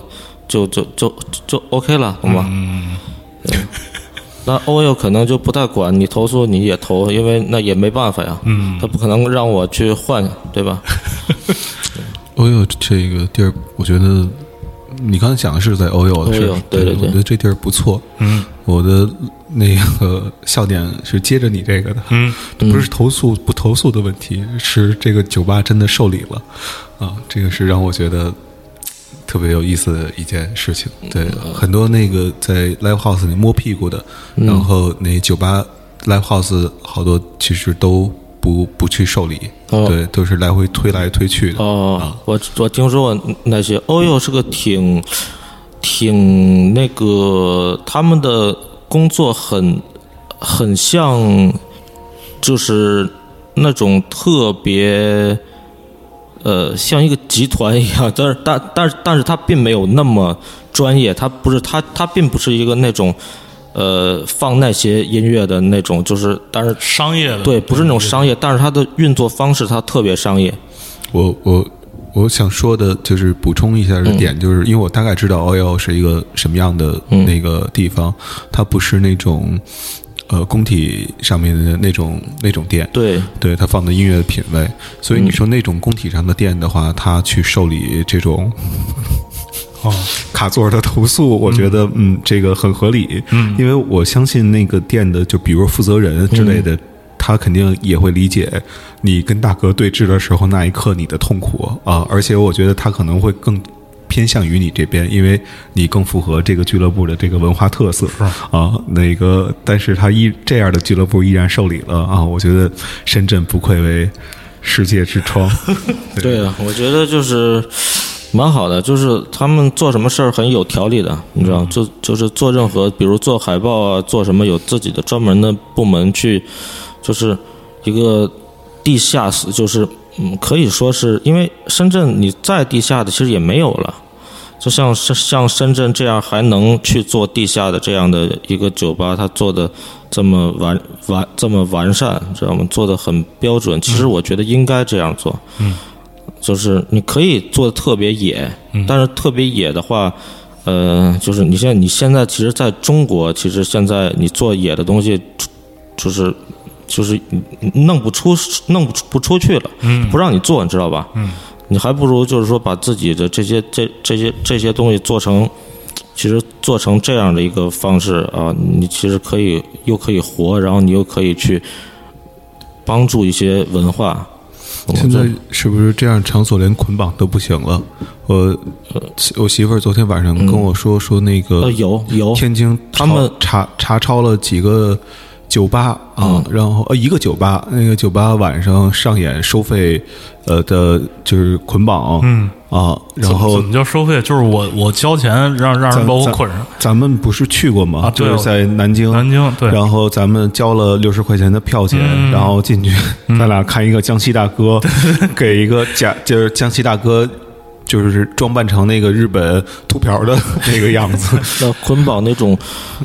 [SPEAKER 3] 就就就就就 OK 了，懂吗？嗯。那欧友可能就不太管你投诉你也投，因为那也没办法呀，嗯，他不可能让我去换，对吧？
[SPEAKER 2] 欧佑这个地儿，我觉得你刚才讲的是在欧佑的事
[SPEAKER 3] 欧
[SPEAKER 2] 儿
[SPEAKER 3] 佑，对对对
[SPEAKER 2] 我觉得这地儿不错。
[SPEAKER 1] 嗯
[SPEAKER 2] 我的那个笑点是接着你这个的，
[SPEAKER 1] 嗯，
[SPEAKER 2] 不是投诉不投诉的问题，是这个酒吧真的受理了啊，这个是让我觉得特别有意思的一件事情。对，
[SPEAKER 3] 嗯
[SPEAKER 2] 很多那个在 live house 里摸屁股的，然后那酒吧 live house 好多其实都不不去受理，
[SPEAKER 3] 哦
[SPEAKER 2] 对，都是来回推来推去的。
[SPEAKER 3] 哦，我我听说过那些欧佑是个挺挺那个，他们的工作很很像，就是那种特别。呃，像一个集团一样，但是但但是但是他并没有那么专业，他不是他他并不是一个那种，呃，放那些音乐的那种，就是但是
[SPEAKER 1] 商业的，
[SPEAKER 3] 对，不是那种商业，但是他的运作方式他特别商业，
[SPEAKER 2] 我我我想说的就是补充一下的点，就是因为我大概知道 OL 是一个什么样的那个地方，它不是那种呃工体上面的那种那种店，
[SPEAKER 3] 对，
[SPEAKER 2] 对它放的音乐品味，所以你说那种工体上的店的话，它去受理这种。
[SPEAKER 1] 哦，
[SPEAKER 2] 卡座的投诉，我觉得嗯，这个很合理，嗯，因为我相信那个店的，就比如负责人之类的，他肯定也会理解你跟大哥对峙的时候那一刻你的痛苦啊，而且我觉得他可能会更。偏向于你这边，因为你更符合这个俱乐部的这个文化特色啊。那个，但是他依这样的俱乐部依然受理了啊。我觉得深圳不愧为世界之窗，
[SPEAKER 3] 对啊，我觉得就是蛮好的，就是他们做什么事儿很有条理的，你知道，就就是做任何，比如做海报啊，做什么有自己的专门的部门去，就是一个地下室，就是嗯，可以说是因为深圳你在地下的其实也没有了。就像深像深圳这样还能去做地下的这样的一个酒吧，它做的这么完完这么完善，你知道吗？做的很标准。其实我觉得应该这样做。就是你可以做的特别野，但是特别野的话，呃，就是你现在你现在其实在中国，其实现在你做野的东西，就就是就是弄不出弄不出不出去了，不让你做，你知道吧？你还不如就是说把自己的这些这这些这些东西做成。其实做成这样的一个方式啊，你其实可以又可以活，然后你又可以去帮助一些文化。我
[SPEAKER 2] 现
[SPEAKER 3] 觉
[SPEAKER 2] 在
[SPEAKER 3] 得
[SPEAKER 2] 是不是这样场所连捆绑都不行了？我我媳妇儿昨天晚上跟我说、说那个
[SPEAKER 3] 呃有有
[SPEAKER 2] 天津
[SPEAKER 3] 他们
[SPEAKER 2] 查查查抄了几个酒吧啊，
[SPEAKER 3] 嗯
[SPEAKER 2] 然后呃一个酒吧，那个酒吧晚上上演收费呃的就是捆绑，嗯啊，然后
[SPEAKER 1] 怎么叫收费？就是我我交钱让让人
[SPEAKER 2] 咱
[SPEAKER 1] 把我
[SPEAKER 2] 咱
[SPEAKER 1] 捆上，
[SPEAKER 2] 咱们不是去过吗？
[SPEAKER 1] 啊
[SPEAKER 2] 就
[SPEAKER 1] 对
[SPEAKER 2] 是在南京，
[SPEAKER 1] 南京对嗯
[SPEAKER 2] 然后咱们交了六十块钱的票钱，然后进去，咱俩看一个江西大哥， 给一个假，就是江西大哥。就是装扮成那个日本秃瓢 的那个样子，
[SPEAKER 3] 那捆绑呃那种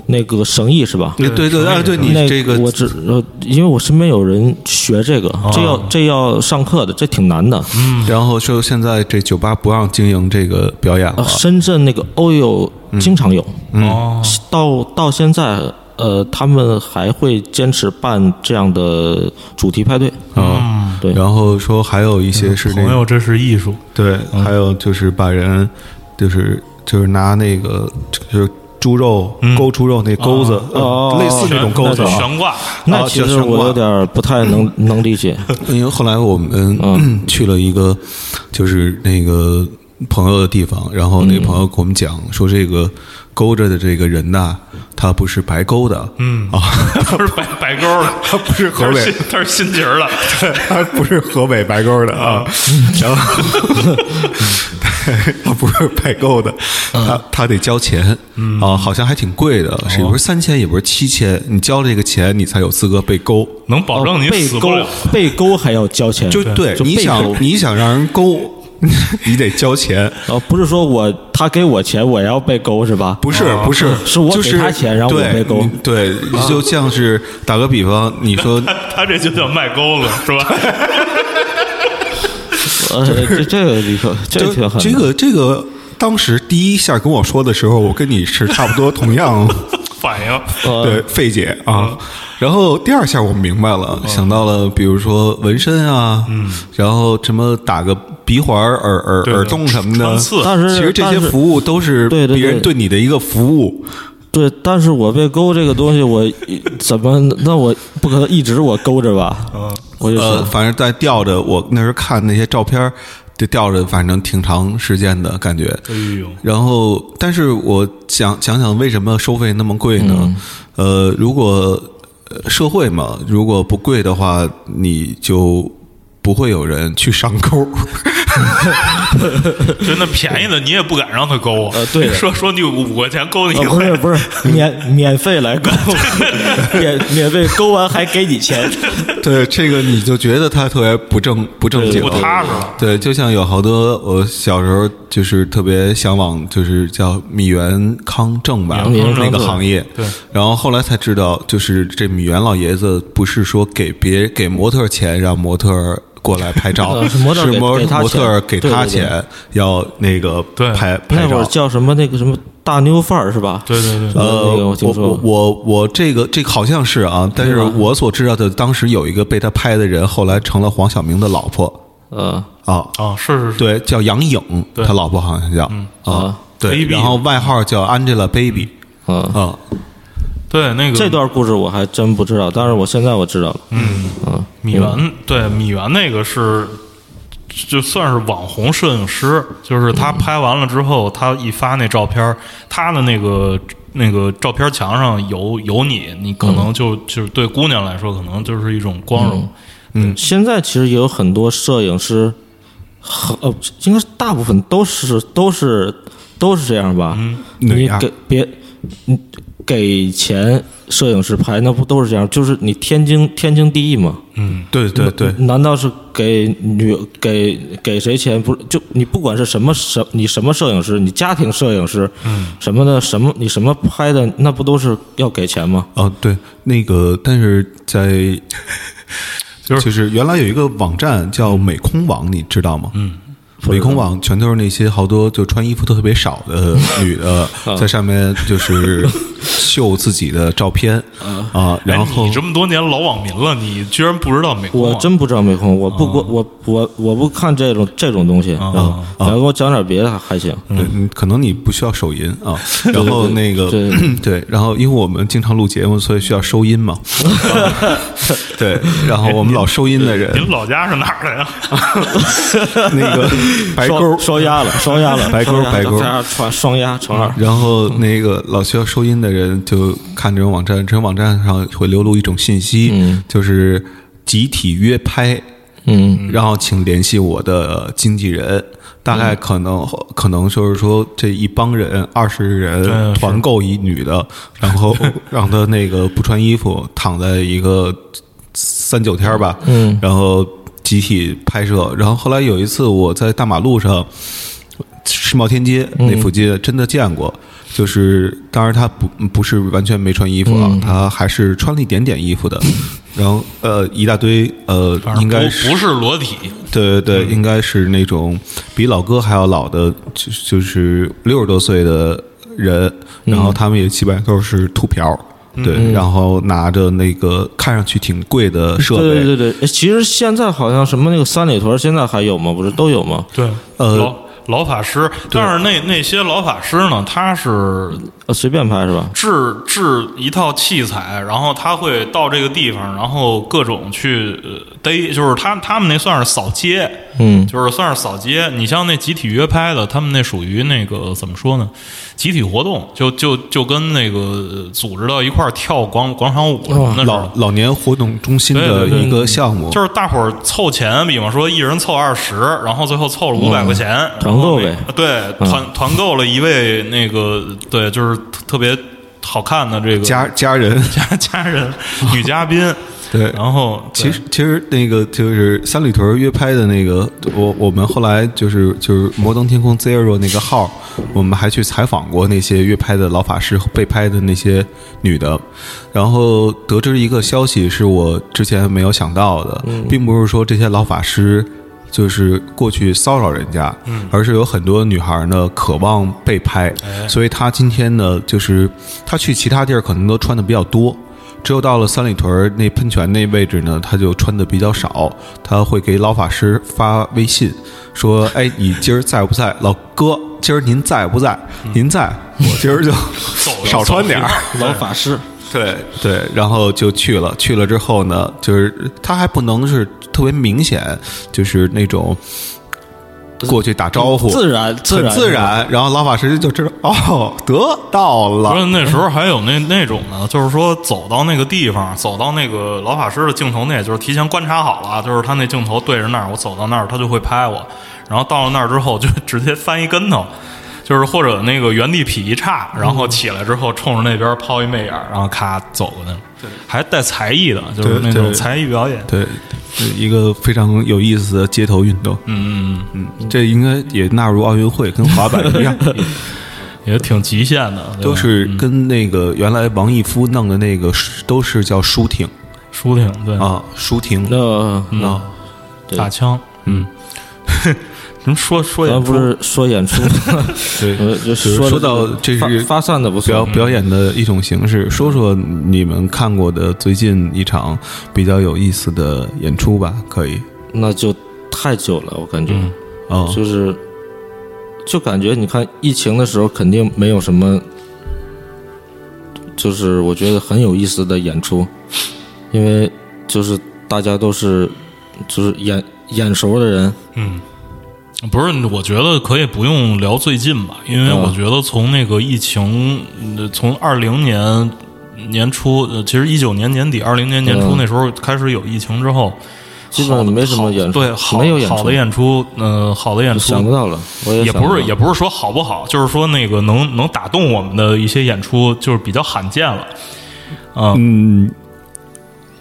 [SPEAKER 3] 那个绳艺是吧？
[SPEAKER 2] 对对对，哎，对你
[SPEAKER 3] 那
[SPEAKER 2] 这个哦
[SPEAKER 3] 我只呃，因为我身边有人学这个，这要这要上课的，这挺难的。
[SPEAKER 1] 嗯
[SPEAKER 2] 然后说现在这酒吧不让经营这个表演
[SPEAKER 3] 啊，
[SPEAKER 2] 了，
[SPEAKER 3] 深圳那个欧友
[SPEAKER 2] 嗯
[SPEAKER 3] 经常有，
[SPEAKER 1] 哦，
[SPEAKER 3] 到到现在呃，他们还会坚持办这样的主题派对。
[SPEAKER 2] 啊，
[SPEAKER 3] 对
[SPEAKER 2] 然后说还有一些是那
[SPEAKER 1] 朋
[SPEAKER 2] 个
[SPEAKER 1] 友，这是艺术，
[SPEAKER 2] 对，还有就是把人，就是就是拿那个就是猪肉勾猪肉那钩子，
[SPEAKER 3] 哦
[SPEAKER 2] 呃类似嗯那种钩子啊。
[SPEAKER 1] 悬挂，
[SPEAKER 3] 那其实我有点不太 能能理解。
[SPEAKER 2] 因为后来我们、嗯去了一个就是那个朋友的地方，然后那个朋友给我们讲说，这个勾着的这个人呐，他不是白勾的，嗯啊，
[SPEAKER 1] 不是白白钩的，
[SPEAKER 2] 他不是河
[SPEAKER 1] 他是
[SPEAKER 2] 北
[SPEAKER 1] 新，他是新节 儿的，
[SPEAKER 3] 啊
[SPEAKER 2] 他不是河北白沟的啊，然后 他不是代购的，
[SPEAKER 3] 嗯
[SPEAKER 2] 他他得交钱，啊，好像还挺贵的，
[SPEAKER 3] 哦
[SPEAKER 2] 是不是三千，也不是七千，你交这个钱，你才有资格被勾。
[SPEAKER 1] 能保证你
[SPEAKER 3] 哦被
[SPEAKER 1] 死不
[SPEAKER 3] 勾
[SPEAKER 1] 了。
[SPEAKER 3] 被勾还要交钱，
[SPEAKER 2] 就对，
[SPEAKER 3] 就
[SPEAKER 2] 你
[SPEAKER 3] 被勾
[SPEAKER 2] 想你想让人勾， 你得交钱。
[SPEAKER 3] 哦，不是说我他给我钱，我要被勾是吧？
[SPEAKER 2] 不是不是，
[SPEAKER 3] 哦是我给
[SPEAKER 2] 就是
[SPEAKER 3] 他钱然后我
[SPEAKER 2] 对
[SPEAKER 3] 被啊勾
[SPEAKER 2] 你对，就像是打个比方，你 说
[SPEAKER 1] 他他这就叫卖钩子，是吧？
[SPEAKER 3] 呃，这这个你说
[SPEAKER 2] 就
[SPEAKER 3] 这挺狠的，
[SPEAKER 2] 这个这个，当时第一下跟我说的时候，我跟你是差不多同 样
[SPEAKER 1] 反应呃
[SPEAKER 2] 对费解啊。
[SPEAKER 1] 嗯
[SPEAKER 2] 然后第二下我明白了，想到了比如说纹身啊，嗯，然后什么打个鼻环儿、耳耳
[SPEAKER 1] 对
[SPEAKER 2] 耳洞什么
[SPEAKER 1] 穿
[SPEAKER 2] 的，
[SPEAKER 1] 刺
[SPEAKER 3] 但是
[SPEAKER 2] 其实这
[SPEAKER 3] 但
[SPEAKER 2] 些
[SPEAKER 3] 是
[SPEAKER 2] 服务都是
[SPEAKER 3] 对对
[SPEAKER 2] 别人
[SPEAKER 3] 对
[SPEAKER 2] 对你的一个服务。
[SPEAKER 3] 对，但是我被勾这个东西，我怎么那我不可能一直我勾着吧？我就
[SPEAKER 2] 呃，
[SPEAKER 3] 说
[SPEAKER 2] 反正在吊着，我那时候看那些照片儿，就吊着，反正挺长时间的感觉。
[SPEAKER 1] 哎呦，
[SPEAKER 2] 然后，但是我想想想，为什么收费那么贵呢？呃，如果呃社会嘛，如果不贵的话，你就不会有人去上钩。
[SPEAKER 1] 就那便宜的你也不敢让他勾啊
[SPEAKER 3] 呃对 的
[SPEAKER 1] 说说你五块钱勾你一
[SPEAKER 3] 呃不
[SPEAKER 1] 回
[SPEAKER 3] 是，不是免免费来勾， 免免费勾完还给你钱，
[SPEAKER 2] 对，这个你就觉得他特别不正不正经，
[SPEAKER 1] 不踏实了
[SPEAKER 2] 对，就像有好多我小时候就是特别向往，就是叫米元康正吧，
[SPEAKER 1] 米元康
[SPEAKER 2] 那
[SPEAKER 1] 正
[SPEAKER 2] 个行业。
[SPEAKER 1] 对，
[SPEAKER 2] 然后后来才知道，就是这米元老爷子不是说给别给模特钱让模特儿过来拍照，
[SPEAKER 3] 呃是模特儿给
[SPEAKER 2] 模
[SPEAKER 3] 给他钱
[SPEAKER 2] 模特儿给他
[SPEAKER 3] 对对对
[SPEAKER 2] 钱要那个
[SPEAKER 1] 对
[SPEAKER 2] 拍拍
[SPEAKER 3] 那
[SPEAKER 2] 照
[SPEAKER 3] 会儿。叫什么那个什么大妞范儿是吧？
[SPEAKER 1] 对对对，
[SPEAKER 2] 呃，
[SPEAKER 3] 那个我听说
[SPEAKER 2] 我
[SPEAKER 3] 过
[SPEAKER 2] 我我这个这个好像是啊，但是
[SPEAKER 3] 对吧
[SPEAKER 2] 我所知道的，当时有一个被他拍的人，后来成了黄晓明的老婆
[SPEAKER 3] 呃，
[SPEAKER 2] 啊，
[SPEAKER 1] 啊，是是是，
[SPEAKER 2] 对，叫杨颖，
[SPEAKER 1] 对
[SPEAKER 2] 他老婆好像叫啊
[SPEAKER 3] 啊，
[SPEAKER 2] 对，
[SPEAKER 1] Baby
[SPEAKER 2] 然后外号叫 Angelababy
[SPEAKER 3] 嗯，
[SPEAKER 2] 啊，
[SPEAKER 1] 对那个
[SPEAKER 3] 这
[SPEAKER 1] 段。
[SPEAKER 3] 段故事我还真不知道，但是我现在我知道了。嗯嗯，
[SPEAKER 1] 米原对米原那个是就算是网红摄影师，就是
[SPEAKER 2] 嗯
[SPEAKER 1] 他拍完了之后，他一发那照片儿，他的那个那个照片墙上有有你，你
[SPEAKER 2] 嗯
[SPEAKER 1] 可能就、就是对姑娘来说，可能就是一种光荣。哎
[SPEAKER 3] 现在其实也有很多摄影师，很呃，应该是大部分都是都是都是这样吧。
[SPEAKER 2] 哪
[SPEAKER 3] 你
[SPEAKER 2] 样
[SPEAKER 3] 给别你给钱摄影师拍，那不都是这样？就是你天经天经地义嘛。
[SPEAKER 1] 嗯，
[SPEAKER 2] 对对对，
[SPEAKER 3] 难道是给女给给谁钱？不就你不管是什么什你什么摄影师，你家庭摄影师，嗯，什么的什么你什么拍的，那不都是要给钱吗？
[SPEAKER 2] 哦对，那个但是在
[SPEAKER 1] 就是
[SPEAKER 2] 就是原来有一个网站叫美空网，你知道吗？嗯。美空网全都是那些好多就穿衣服特别少的女的，在上面就是秀自己的照片啊，然
[SPEAKER 1] 哎、
[SPEAKER 2] 后
[SPEAKER 1] 你这么多年老网民了，你居然不知道美国
[SPEAKER 3] 我
[SPEAKER 1] 网
[SPEAKER 3] 真不知道美空，我不
[SPEAKER 2] 啊
[SPEAKER 3] 过、我我我不看这种这种东西啊。你要给我讲点别的还还行。
[SPEAKER 2] 对，嗯，可能你不需要手淫啊，然后那个
[SPEAKER 3] 对
[SPEAKER 2] 对，然后因为我们经常录节目，所以需要收音嘛，对，然后我们老收音 的人，
[SPEAKER 1] 您老家是哪儿的呀？
[SPEAKER 2] 那个白
[SPEAKER 3] 双
[SPEAKER 2] 沟儿，
[SPEAKER 3] 双 压了，双压了，
[SPEAKER 2] 白钩
[SPEAKER 3] 双压
[SPEAKER 2] 白钩
[SPEAKER 3] 再加上双双压乘二。
[SPEAKER 2] 然后那个老需要收音的人就看这种网站，这种网站上会流露一种信息，就是集体约拍，
[SPEAKER 3] 嗯，
[SPEAKER 2] 然后请联系我的经纪人。大概可能、可能就是说这一帮人二十人
[SPEAKER 1] 对是
[SPEAKER 2] 团购一女的，然后让她那个不穿衣服躺在一个三九天儿吧，嗯，然后集体拍摄。然后后来有一次我在大马路上，世贸天街那附近真的见过，就是当然他不不是完全没穿衣服啊，他还是穿了一点点衣服的。然后呃，一大堆呃， 应该
[SPEAKER 1] 不
[SPEAKER 2] 是
[SPEAKER 1] 不是裸体，
[SPEAKER 2] 对对对，应该是那种比老哥还要老的，就就是六十多岁的人，然后他们也基本上都是秃瓢。对，然后拿着那个看上去挺贵的设备，
[SPEAKER 3] 对对对对，哎其实现在好像什么那个三里屯现在还有吗？不是都有吗？
[SPEAKER 1] 对，
[SPEAKER 2] 呃
[SPEAKER 1] 老老法师，但是那那些老法师呢，他是
[SPEAKER 3] 呃，随便拍是吧？
[SPEAKER 1] 制制一套器材，然后他会到这个地方，然后各种去呃逮，就是他他们那算是扫街，
[SPEAKER 3] 嗯，
[SPEAKER 1] 就是算是扫街。你像那集体约拍的，他们那属于那个怎么说呢？集体活动，就就就跟那个呃组织到一块儿跳广广场舞什么的似
[SPEAKER 2] 老
[SPEAKER 1] 的。
[SPEAKER 2] 老年活动中心的
[SPEAKER 1] 对对对
[SPEAKER 2] 一个项目，
[SPEAKER 1] 就是大伙儿凑钱，比方说一人凑二十，然后最后凑了五百块钱，然
[SPEAKER 3] 成
[SPEAKER 1] 团
[SPEAKER 3] 购
[SPEAKER 1] 呗，对，团团购了一位那个，对，就是特特别好看的这个
[SPEAKER 2] 家家人，
[SPEAKER 1] 家家人女嘉 宾，
[SPEAKER 2] 对，
[SPEAKER 1] 然后
[SPEAKER 2] 其实其实那个就是三里屯约拍的那个，我我们后来就是就是摩登天空 Zero 那个号，我们还去采访过那些约拍的老法师和被拍的那些女的，然后得知一个消息是我之前没有想到的，并不是说这些老法师。就是过去骚扰人家，而是有很多女孩呢渴望被拍，所以她今天呢，就是她去其他地儿可能都穿的比较多，只有到了三里屯儿那喷泉那位置呢，她就穿的比较少，她会给老法师发微信说：“哎，你今儿在不在？老哥，今儿您在不在？您在，我今儿就
[SPEAKER 1] 走
[SPEAKER 2] 嗯 少穿点儿。”
[SPEAKER 4] 老法师，
[SPEAKER 2] 对 对，然后就去了。去了之后呢，就是他还不能是特别明显，就是那种过去打招呼，
[SPEAKER 4] 自然自
[SPEAKER 2] 很
[SPEAKER 4] 然
[SPEAKER 2] 自然。然后老法师就知道哦，得到
[SPEAKER 1] 不
[SPEAKER 2] 了
[SPEAKER 1] 是。那时候还有那那种呢，就是说走到那个地方，走到那个老法师的镜头内，就是提前观察好了啊，就是他那镜头对着那儿，我走到那儿他就会拍我，然后到了那儿之后就直接翻一跟头，就是或者那个原地劈一叉，然后起来之后冲着那边抛一媚眼儿，然后咔走过去了，还带才艺的，就是那
[SPEAKER 2] 嗯对
[SPEAKER 1] 种
[SPEAKER 2] 对
[SPEAKER 1] 才艺表演，
[SPEAKER 2] 对，是一个非常有意思的街头运动。
[SPEAKER 1] 嗯嗯嗯，
[SPEAKER 2] 这应该也纳入奥运会，跟滑板 一样，
[SPEAKER 1] 也挺极限的，对吧
[SPEAKER 2] 都是跟那个原来王义夫弄的那个都是叫舒挺
[SPEAKER 1] 舒挺对
[SPEAKER 2] 啊，舒挺
[SPEAKER 4] 那
[SPEAKER 2] 啊，
[SPEAKER 3] 对
[SPEAKER 1] 打枪， 嗯，什么说说
[SPEAKER 4] 咱
[SPEAKER 1] 演
[SPEAKER 4] 不
[SPEAKER 1] 出
[SPEAKER 4] 是说演出，
[SPEAKER 2] 对。
[SPEAKER 4] 呃，就
[SPEAKER 2] 就是
[SPEAKER 4] 说
[SPEAKER 2] 说
[SPEAKER 4] 的
[SPEAKER 2] 到这
[SPEAKER 4] 发
[SPEAKER 2] 是
[SPEAKER 4] 发散的不
[SPEAKER 2] 表
[SPEAKER 4] 错，
[SPEAKER 3] 嗯
[SPEAKER 2] 表演的一种形式。说说你们看过的最近一场比较有意思的演出吧，可以。
[SPEAKER 4] 那就太久了，我感觉。
[SPEAKER 1] 嗯
[SPEAKER 2] 哦，
[SPEAKER 4] 就是就感觉你看疫情的时候肯定没有什么，就是我觉得很有意思的演出，因为就是大家都是就是眼眼熟的人，
[SPEAKER 1] 嗯，不是，我觉得可以不用聊最近吧，因为
[SPEAKER 4] 嗯
[SPEAKER 1] 我觉得从那个疫情，呃从二零年年初，呃其实一九年年底、二零年年初
[SPEAKER 4] 嗯
[SPEAKER 1] 那时候开始有疫情之后，
[SPEAKER 4] 基本上
[SPEAKER 1] 好的
[SPEAKER 4] 没什么演出
[SPEAKER 1] 好对，好
[SPEAKER 4] 没有演出
[SPEAKER 1] 好的演出，呃，好的演
[SPEAKER 4] 想不
[SPEAKER 1] 出。
[SPEAKER 4] 到了，我也
[SPEAKER 1] 也
[SPEAKER 4] 想到
[SPEAKER 1] 不是，
[SPEAKER 4] 了
[SPEAKER 1] 也不是说好不好，就是说那个能能打动我们的一些演出，就是比较罕见了。
[SPEAKER 2] 嗯，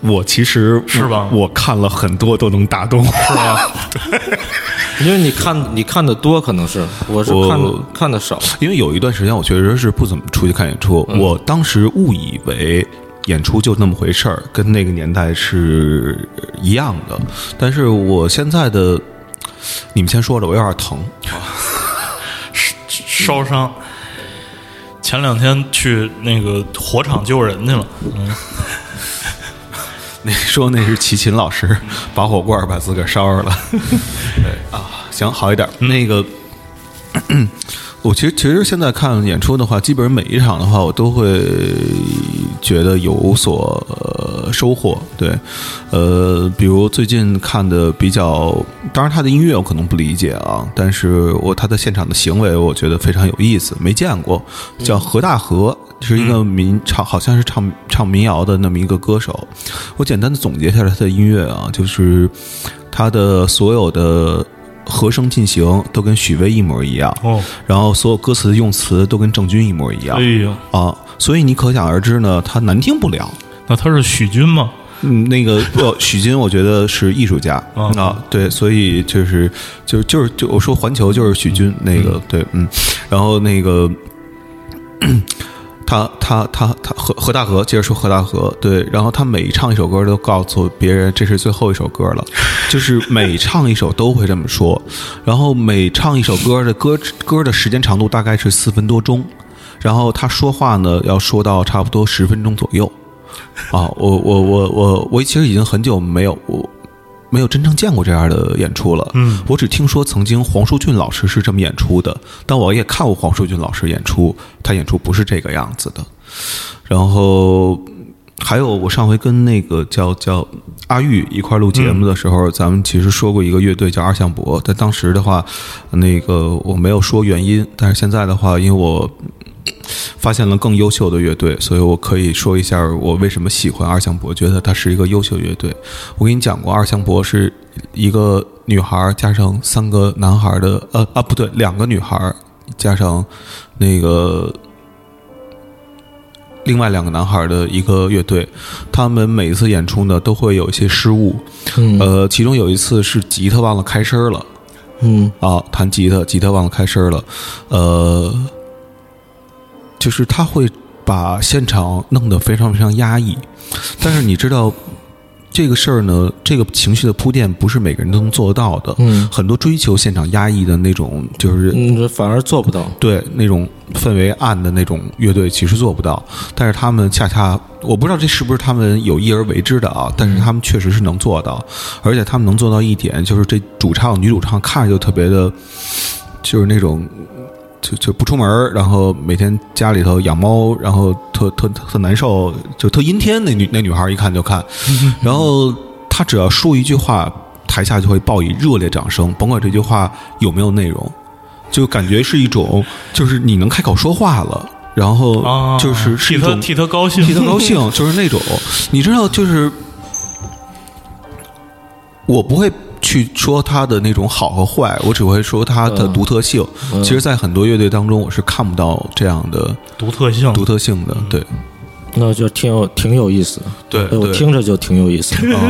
[SPEAKER 2] 我其实
[SPEAKER 1] 是吧
[SPEAKER 2] 我看了很多都能打动，是吧？
[SPEAKER 4] 因为你看你看的多，可能是我是
[SPEAKER 2] 我
[SPEAKER 4] 看的看的 少，
[SPEAKER 2] 因为有一段时间我确实是不怎么出去看演出，我当时误以为。演出就那么回事儿，跟那个年代是一样的。但是我现在的，你们先说着，我有点疼。
[SPEAKER 1] 烧伤。前两天去那个火场救人去了，嗯，
[SPEAKER 2] 那说那是齐秦老师拔火罐儿把自个儿烧着了。 对啊，行，好一点儿。那个，我其实其实现在看演出的话，基本上每一场的话，我都会觉得有所、呃、收获。对，呃，比如最近看的比较，当然他的音乐我可能不理解啊，但是我他的现场的行为，我觉得非常有意思，没见过，叫何大河，是一个民唱，好像是唱唱民谣的那么一个歌手。我简单的总结一下他的音乐啊，就是他的所有的和声进行都跟许巍一模一样，
[SPEAKER 1] 哦，
[SPEAKER 2] 然后所有歌词的用词都跟郑钧一模一样
[SPEAKER 1] 哎呦，
[SPEAKER 2] 啊，所以你可想而知呢，他难听不了。
[SPEAKER 1] 那他是许军吗？
[SPEAKER 2] 嗯，那个不，许昕我觉得是艺术家、
[SPEAKER 1] 啊
[SPEAKER 2] 啊，对，所以就是就是就是就我说环球就是许昕、那个对，嗯，然后那个他他他他何何大河，接着说何大河，对，然后他每唱一首歌都告诉别人这是最后一首歌了，就是每唱一首都会这么说，然后每唱一首歌的歌歌的时间长度大概是四分多钟，然后他说话呢要说到差不多十分钟左右，啊，我我我我我其实已经很久没有我没有真正见过这样的演出了。嗯，我只听说曾经黄舒骏老师是这么演出的，但我也看过黄舒骏老师演出，他演出不是这个样子的。然后还有，我上回跟那个叫叫阿玉一块儿录节目的时候，咱们其实说过一个乐队叫二向箔，但当时的话，那个我没有说原因，但是现在的话，因为我发现了更优秀的乐队，所以我可以说一下我为什么喜欢二向箔，觉得它是一个优秀乐队。我跟你讲过，二向箔是一个女孩儿加上三个男孩儿的，呃啊不对，两个女孩儿加上那个另外两个男孩儿的一个乐队，他们每一次演出呢都会有一些失误，
[SPEAKER 3] 嗯
[SPEAKER 2] 呃，其中有一次是吉他忘了开声儿了。
[SPEAKER 3] 嗯
[SPEAKER 2] 啊，弹吉他，吉他忘了开声了，呃，就是他会把现场弄得非常非常压抑，但是你知道这个事儿呢，这个情绪的铺垫不是每个人都能做得到的，
[SPEAKER 3] 嗯
[SPEAKER 2] 很多追求现场压抑的那种，就是
[SPEAKER 3] 嗯，反而做不到。
[SPEAKER 2] 对那种氛围暗的那种乐队其实做不到，但是他们恰恰我不知道这是不是他们有意而为之的啊，
[SPEAKER 3] 嗯
[SPEAKER 2] 但是他们确实是能做到，而且他们能做到一点就是这主唱女主唱看着就特别的，就是那种就就不出门儿，然后每天家里头养猫，然后特特特难受，就特阴天那女那女孩儿一看就看，
[SPEAKER 1] 嗯
[SPEAKER 2] 然后她只要说一句话，台下就会报以热烈掌声，甭管这句话有没有内容。就感觉是一种，就是你能开口说话了，然后
[SPEAKER 1] 啊，
[SPEAKER 2] 就是是
[SPEAKER 1] 替
[SPEAKER 2] 一
[SPEAKER 1] 他
[SPEAKER 2] 种
[SPEAKER 1] 替他高兴，
[SPEAKER 2] 替他 高兴，就是那种，你知道，就是我不会去说他的那种好和坏，我只会说他
[SPEAKER 3] 嗯
[SPEAKER 2] 的独特性。其实，在很多乐队当中，我是看不到这样的
[SPEAKER 3] 嗯
[SPEAKER 1] 独特性，
[SPEAKER 2] 独特性的。对，
[SPEAKER 3] 那我觉得挺有挺有意思的，
[SPEAKER 2] 对
[SPEAKER 3] 嗯哎我
[SPEAKER 2] 对
[SPEAKER 3] 听着就挺有意思 的。
[SPEAKER 2] 啊，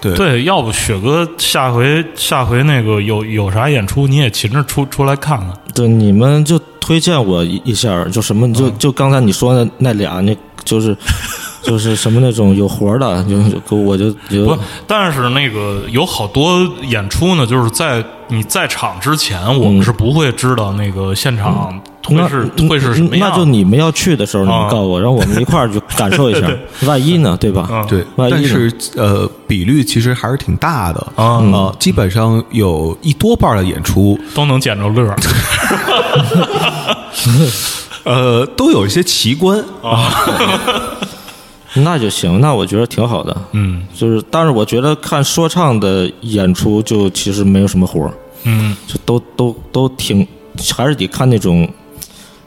[SPEAKER 2] 对，
[SPEAKER 1] 对，要不雪哥下回下回那个有有啥演出，你也勤着出出来看看。
[SPEAKER 3] 对，你们就推荐我一一下儿，就什么，你就
[SPEAKER 1] 嗯
[SPEAKER 3] 就刚才你说的那俩，那就是 就是什么那种有活儿的，就就我就
[SPEAKER 1] 不
[SPEAKER 2] 嗯
[SPEAKER 3] 就，
[SPEAKER 1] 但是那个有好多演出呢，就是在你在场之前，我们是不会知道那个现场会
[SPEAKER 2] 嗯
[SPEAKER 3] 那
[SPEAKER 1] 是会是什么样。
[SPEAKER 3] 那就你们要去的时候，你们
[SPEAKER 1] 啊
[SPEAKER 3] 告诉我，让我们一块儿去感受一 下儿，万一呢，对吧？
[SPEAKER 1] 嗯
[SPEAKER 2] 对，
[SPEAKER 3] 万一
[SPEAKER 2] 但
[SPEAKER 3] 呢
[SPEAKER 2] 是呃，比率其实还是挺大的
[SPEAKER 1] 啊
[SPEAKER 2] 呃基本上有一多半儿的演出，
[SPEAKER 1] 都能捡着乐儿。
[SPEAKER 2] 呃，都有一些奇观
[SPEAKER 3] 那就行，那我觉得挺好的。
[SPEAKER 1] 嗯
[SPEAKER 3] 就是，但是我觉得看说唱的演出，就其实没有什么活儿，
[SPEAKER 1] 嗯，
[SPEAKER 3] 就都都都挺，还是得看那种，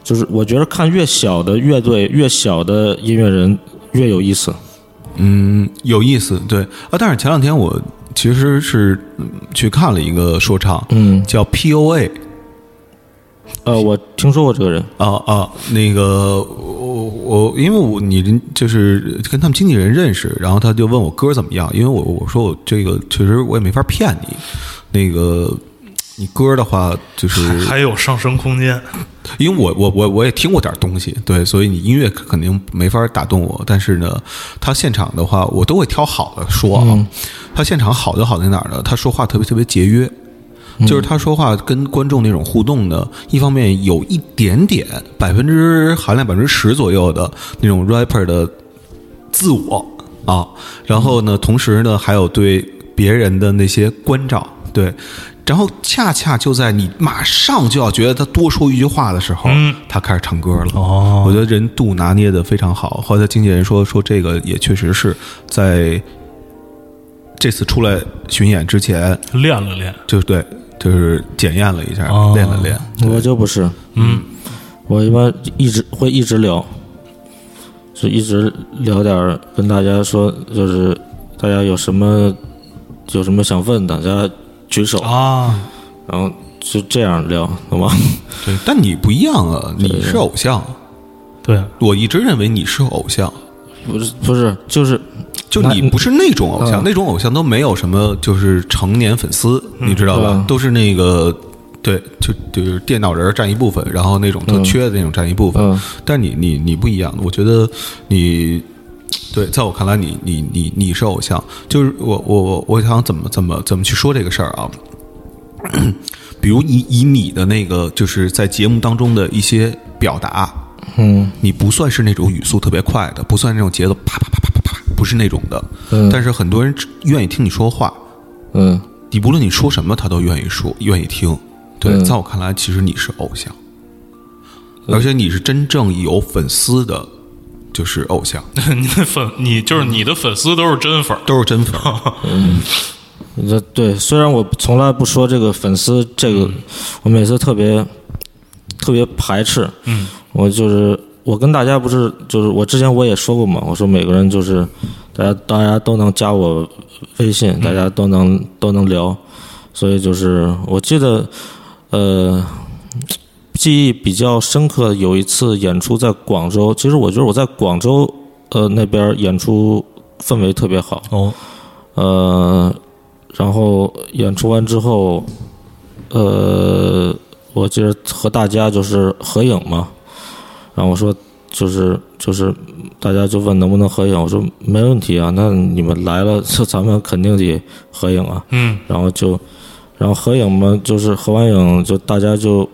[SPEAKER 3] 就是我觉得看越小的乐队、越小的音乐人越有意思。
[SPEAKER 2] 嗯，有意思，对啊。但是前两天我其实是嗯去看了一个说唱，
[SPEAKER 3] 嗯，
[SPEAKER 2] 叫 POA
[SPEAKER 3] 呃，我听说过这个人，
[SPEAKER 2] 啊啊，那个我我因为我你就是跟他们经纪人认识，然后他就问我歌怎么样，因为我我说我这个确实我也没法骗你，那个你歌的话 就是
[SPEAKER 1] 还有上升空间。
[SPEAKER 2] 因为我我我我也听过点东西，对，所以你音乐肯定没法打动我，但是呢，他现场的话，我都会挑好的说啊。他现场好就好在哪儿呢？他说话特别特别节约，就是他说话跟观众那种互动呢，一方面有一点点百分之含量百分之十左右的那种 rapper 的自我啊，然后呢，同时呢，还有对别人的那些关照，对。然后恰恰就在你马上就要觉得他多说一句话的时候，
[SPEAKER 1] 嗯
[SPEAKER 2] 他开始唱歌了。
[SPEAKER 1] 哦
[SPEAKER 2] 我觉得人度拿捏的非常好。后来他经纪人说说这个也确实是在这次出来巡演之前，
[SPEAKER 1] 练了练，
[SPEAKER 2] 就是对，就是检验了一下，
[SPEAKER 1] 哦
[SPEAKER 2] 练了练。
[SPEAKER 3] 我就不是，
[SPEAKER 1] 嗯，
[SPEAKER 3] 我一般一直会一直聊，就一直聊点儿跟大家说，就是大家有什么有什么想问的，大家举手，
[SPEAKER 1] 啊，
[SPEAKER 3] 然后就这样聊，好吗？
[SPEAKER 2] 对，但你不一样啊，你是偶像，
[SPEAKER 1] 对，
[SPEAKER 2] 我一直认为你是偶像。
[SPEAKER 3] 不是不是，就是
[SPEAKER 2] 就
[SPEAKER 3] 那
[SPEAKER 2] 你不是那种偶像，那种偶像都没有什么就是成年粉丝，你知道吧？
[SPEAKER 3] 嗯
[SPEAKER 2] 都是那个对，就就是电脑人占一部分，然后那种特缺的那种占一部分。
[SPEAKER 3] 嗯
[SPEAKER 2] 但你你你不一样，我觉得你对，在我看来你，你你你是偶像。就是我我我我想怎么怎么怎么去说这个事儿啊？ 比如以以你的那个就是在节目当中的一些表达，
[SPEAKER 3] 嗯
[SPEAKER 2] 你不算是那种语速特别快的，不算那种节奏啪啪啪啪啪啪，不是那种的。
[SPEAKER 3] 嗯
[SPEAKER 2] 但是很多人只愿意听你说话，
[SPEAKER 3] 嗯，
[SPEAKER 2] 你不论你说什么，他都愿意说，愿意听。对，
[SPEAKER 3] 嗯
[SPEAKER 2] 在我看来，其实你是偶像，而且你是真正有粉丝的，就是偶像，
[SPEAKER 1] 你的粉，你就是你的粉丝都是真粉儿。
[SPEAKER 2] 都是真 粉。
[SPEAKER 3] 这对，虽然我从来不说这个粉丝这个，我每次特别特别排斥。嗯，我就是我跟大家不是就是我之前我也说过嘛，我说每个人就是大家大家都能加我微信，大家都能、都能聊，所以就是我记得，呃，记忆比较深刻，有一次演出在广州，其实我觉得我在广州呃那边演出氛围特别好，
[SPEAKER 1] 哦，
[SPEAKER 3] 呃，然后演出完之后，呃，我记得和大家就是合影嘛，然后我说就是就是大家就问能不能合影，我说没问题啊，那你们来了，这咱们肯定得合影啊，
[SPEAKER 1] 嗯，
[SPEAKER 3] 然后就然后合影嘛，就是合完影就大家就，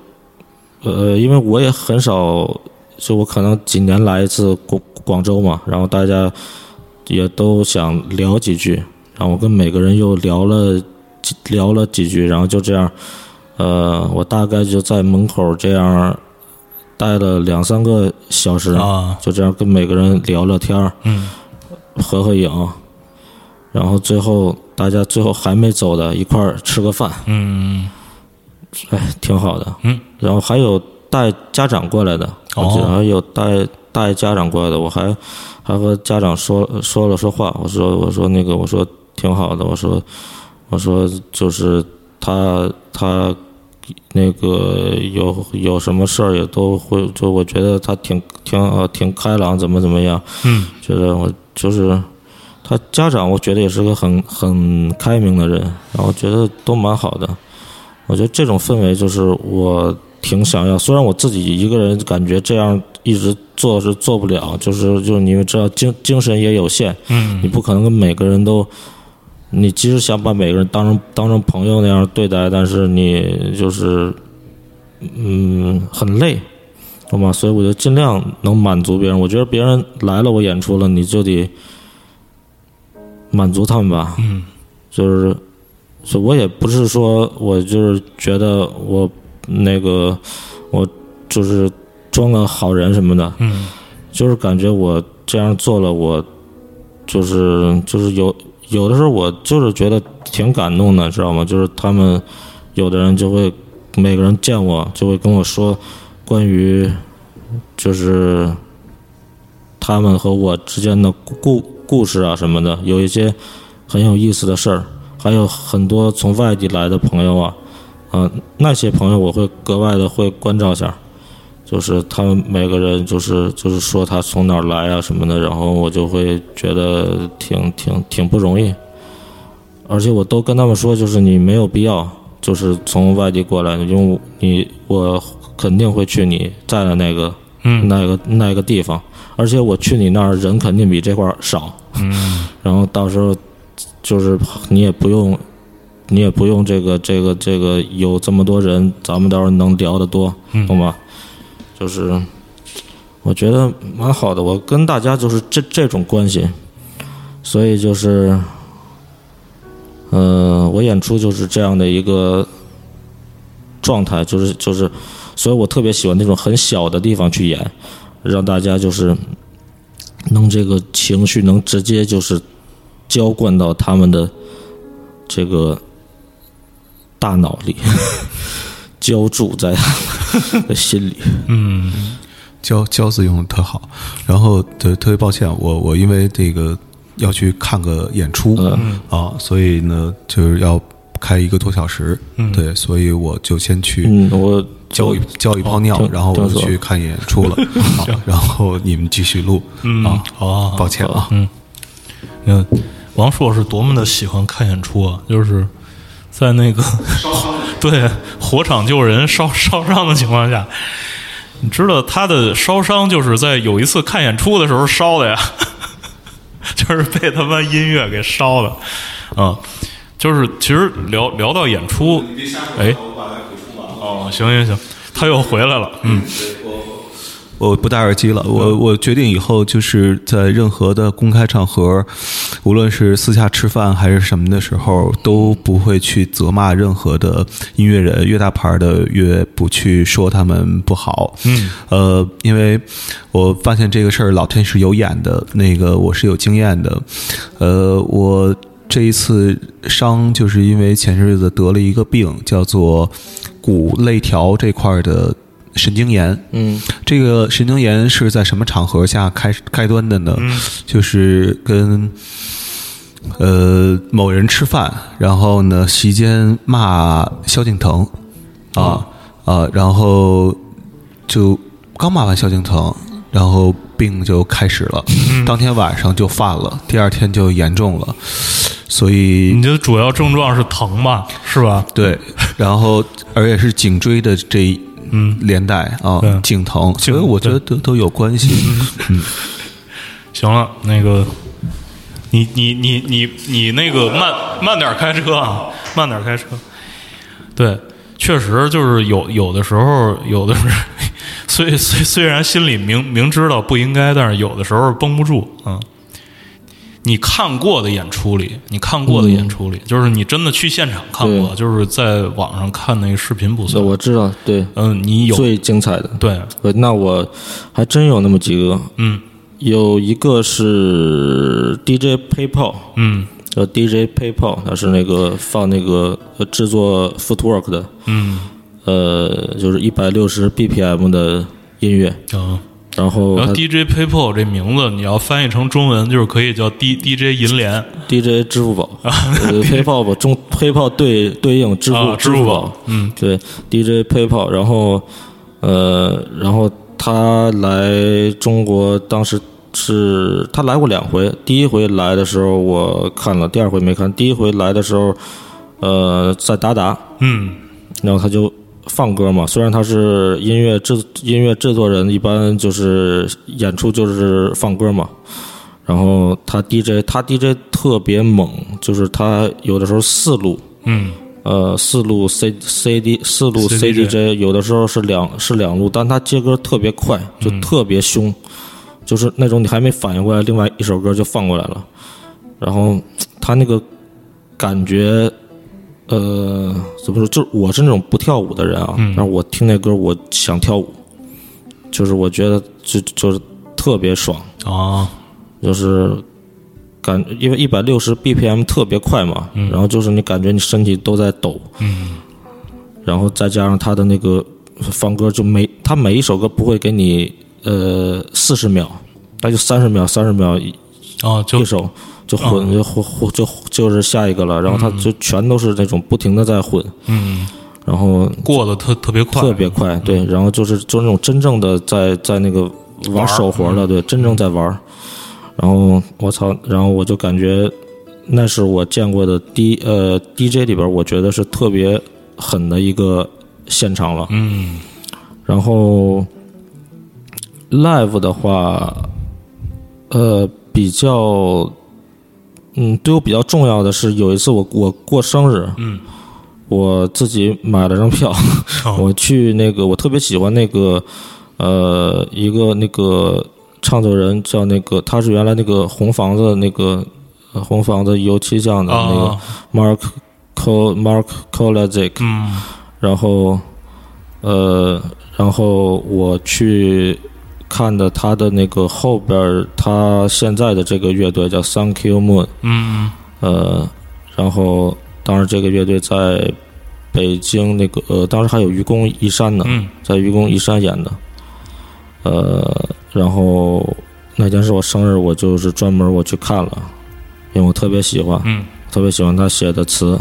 [SPEAKER 3] 呃，因为我也很少，就我可能几年来一次广广州嘛，然后大家也都想聊几句，然后我跟每个人又聊了几聊了几句，然后就这样，呃，我大概就在门口这样待了两三个小时，
[SPEAKER 1] 啊，
[SPEAKER 3] 就这样跟每个人聊聊天儿，
[SPEAKER 1] 嗯，
[SPEAKER 3] 合合影，然后最后大家最后还没走的一块儿吃个饭，
[SPEAKER 1] 嗯，
[SPEAKER 3] 哎，挺好的。
[SPEAKER 1] 嗯，
[SPEAKER 3] 然后还有带家长过来的，
[SPEAKER 1] 哦
[SPEAKER 3] 我记得还有带带家长过来的，我还还和家长说说了说话，我说我说那个我说挺好的，我说我说就是他他那个有有什么事儿也都会，就我觉得他挺挺呃挺开朗，怎么怎么样，
[SPEAKER 1] 嗯，
[SPEAKER 3] 觉得我就是。他家长，我觉得也是个很很开明的人，然后觉得都蛮好的。我觉得这种氛围就是我挺想要，虽然我自己一个人感觉这样一直做是做不了，就是就是你们知道精精神也有限，
[SPEAKER 1] 嗯
[SPEAKER 3] 你不可能跟每个人都，你即使想把每个人当成当成朋友那样对待，但是你就是，嗯，很累，懂吗？所以我就尽量能满足别人。我觉得别人来了，我演出了，你就得满足他们吧。
[SPEAKER 1] 嗯，
[SPEAKER 3] 就是，所以我也不是说我就是觉得我那个我就是装个好人什么的，
[SPEAKER 1] 嗯
[SPEAKER 3] 就是感觉我这样做了，我就是就是有有的时候我就是觉得挺感动的，知道吗？就是他们有的人就会每个人见我就会跟我说关于就是他们和我之间的故故故事啊什么的，有一些很有意思的事儿，还有很多从外地来的朋友啊，啊、那些朋友我会格外的会关照一下。就是他们每个人就是就是说他从哪儿来啊什么的，然后我就会觉得挺挺挺不容易，而且我都跟他们说，就是你没有必要，就是从外地过来，因为我你我肯定会去你在的那个
[SPEAKER 1] 嗯
[SPEAKER 3] 那个那个地方，而且我去你那儿人肯定比这块儿少，
[SPEAKER 1] 嗯
[SPEAKER 3] 然后到时候就是你也不用，你也不用这个这个这个有这么多人，咱们到时候能聊得多，
[SPEAKER 1] 嗯
[SPEAKER 3] 懂吧？就是我觉得蛮好的，我跟大家就是这这种关系，所以就是，呃，我演出就是这样的一个状态，就是就是，所以我特别喜欢那种很小的地方去演，让大家就是能这个情绪能直接就是浇灌到他们的这个大脑里， 浇筑在他们的心里。
[SPEAKER 1] 嗯，
[SPEAKER 2] 胶胶字用的特好，然后特特别抱歉，我我因为这个要去看个演出、
[SPEAKER 3] 嗯
[SPEAKER 2] 啊，所以呢就是要开一个多小时，
[SPEAKER 1] 嗯
[SPEAKER 2] 对，所以我就先去
[SPEAKER 3] 嗯，我
[SPEAKER 2] 浇一浇一泡尿，
[SPEAKER 3] 听
[SPEAKER 2] 然后我
[SPEAKER 3] 听
[SPEAKER 2] 就
[SPEAKER 3] 说
[SPEAKER 2] 去看演出 了，啊、然后你们继续录、啊，
[SPEAKER 1] 好啊，好啊
[SPEAKER 2] 抱歉啊，
[SPEAKER 1] 嗯，王朔是多么的喜欢看演出啊！就是在那个 对火场救人烧烧伤的情况下，你知道他的烧伤就是在有一次看演出的时候烧的呀， 就是被他妈音乐给烧的啊！就是其实聊聊到演出，哎，哦，行行行，他又回来了，嗯
[SPEAKER 2] 我不戴耳机了，我我决定以后就是在任何的公开场合，无论是私下吃饭还是什么的时候，都不会去责骂任何的音乐人，越大牌的越不去说他们不好。
[SPEAKER 1] 嗯，
[SPEAKER 2] 呃，因为我发现这个事儿老天是有眼的，那个我是有经验的，呃，我。这一次伤就是因为前些日子得了一个病，叫做骨肋条这块儿的神经炎。
[SPEAKER 3] 嗯
[SPEAKER 2] 这个神经炎是在什么场合下开开端的呢？就是跟呃某人吃饭，然后呢席间骂萧敬腾啊啊，然后就刚骂完萧敬腾，然后病就开始了，当天晚上就犯了，第二天就严重了，所以
[SPEAKER 1] 你的主要症状是疼吧，是吧？
[SPEAKER 2] 对，然后而且是颈椎的这一连带啊
[SPEAKER 1] 嗯对，
[SPEAKER 2] 颈疼，
[SPEAKER 1] 颈嗯
[SPEAKER 2] 所以我觉得都都有关系。
[SPEAKER 1] 行了，那个，你你你你你那个慢慢点开车啊，慢点开车。对，确实就是有有的时候，有的时候，虽虽虽然心里明明知道不应该，但是有的时候绷不住啊。你看过的演出里，你看过的演出里，就是你真的去现场看过，就是在网上看那个视频不
[SPEAKER 3] 对，
[SPEAKER 1] 算。
[SPEAKER 3] 我知道，对，
[SPEAKER 1] 嗯，你有
[SPEAKER 3] 最精彩的。
[SPEAKER 1] 对，
[SPEAKER 3] 呃，那我还真有那么几个，
[SPEAKER 1] 嗯
[SPEAKER 3] 有一个是 DJ PayPal，
[SPEAKER 1] 嗯
[SPEAKER 3] 叫 DJ PayPal，他是那个放那个呃制作 Footwork 的，
[SPEAKER 1] 嗯，
[SPEAKER 3] 呃，就是一百六十 BPM 的音乐，
[SPEAKER 1] 嗯
[SPEAKER 3] 然后
[SPEAKER 1] 然后
[SPEAKER 3] 他
[SPEAKER 1] DJ PayPal 这名字，你要翻译成中文，就是可以叫 D DJ 银联
[SPEAKER 3] DJ 支付宝，呃 PayPal 吧，中 PayPal 对对应支付、
[SPEAKER 1] 啊，支
[SPEAKER 3] 付
[SPEAKER 1] 付宝，嗯
[SPEAKER 3] 对 DJ PayPal，然后呃，然后他来中国当时是他来过两回，第一回来的时候我看了，第二回没看。第一回来的时候，呃，在达达，
[SPEAKER 1] 嗯
[SPEAKER 3] 然后他就放歌嘛。虽然他是音乐制音乐制作人，一般就是演出就是放歌嘛。然后他 DJ，他 DJ 特别猛，就是他有的时候四路，
[SPEAKER 1] 嗯
[SPEAKER 3] 呃，四路 C C D 四路
[SPEAKER 1] CDJ
[SPEAKER 3] CDJ，有的时候是两是两路，但他接歌特别快，就特别凶，就是那种你还没反应过来，另外一首歌就放过来了，然后嘖他那个感觉，呃，怎么说？就是我是那种不跳舞的人啊，但是我听那歌我想跳舞，就是我觉得就就是特别爽，
[SPEAKER 1] 啊，
[SPEAKER 3] 就是感，因为一百六十 BPM 特别快嘛，然后就是你感觉你身体都在抖，嗯，然后再加上他的那个放歌，就每他每一首歌不会给你呃四十秒，那就三十秒，三十秒一
[SPEAKER 1] 啊，就
[SPEAKER 3] 一首就
[SPEAKER 1] 嗯
[SPEAKER 3] 混就混混就就是下一个了，然后他就全都是那种不停的在混，
[SPEAKER 1] 嗯
[SPEAKER 3] 然后
[SPEAKER 1] 过得特特别快，啊嗯
[SPEAKER 3] 特别快，对，然后就是就是那种真正的在在那个玩手活
[SPEAKER 1] 嗯
[SPEAKER 3] 了，对，真正在玩儿。然后我操，然后我就感觉那是我见过的 D 呃 DJ 里边，我觉得是特别狠的一个现场了。
[SPEAKER 1] 嗯
[SPEAKER 3] 然后 live 的话，呃，比较，嗯，对我比较重要的是，有一次我我过生日，
[SPEAKER 1] 嗯，
[SPEAKER 3] 我自己买了张票，
[SPEAKER 1] 哦
[SPEAKER 3] 我去那个，我特别喜欢那个，呃，一个那个唱作人叫那个，他是原来那个红房子那个呃红房子油漆匠的那个
[SPEAKER 1] 啊，
[SPEAKER 3] Mark Co Mark Kolazik，
[SPEAKER 1] 嗯
[SPEAKER 3] 然后，呃，然后我去看的他的那个后边儿，他现在的这个乐队叫 Thank You Moon，
[SPEAKER 1] 嗯
[SPEAKER 3] 呃，然后当时这个乐队在北京那个呃，当时还有愚公移山呢，
[SPEAKER 1] 嗯
[SPEAKER 3] 在愚公移山演的，呃，然后那天是我生日，我就是专门我去看了，因为我特别喜欢，
[SPEAKER 1] 嗯
[SPEAKER 3] 特别喜欢他写的词，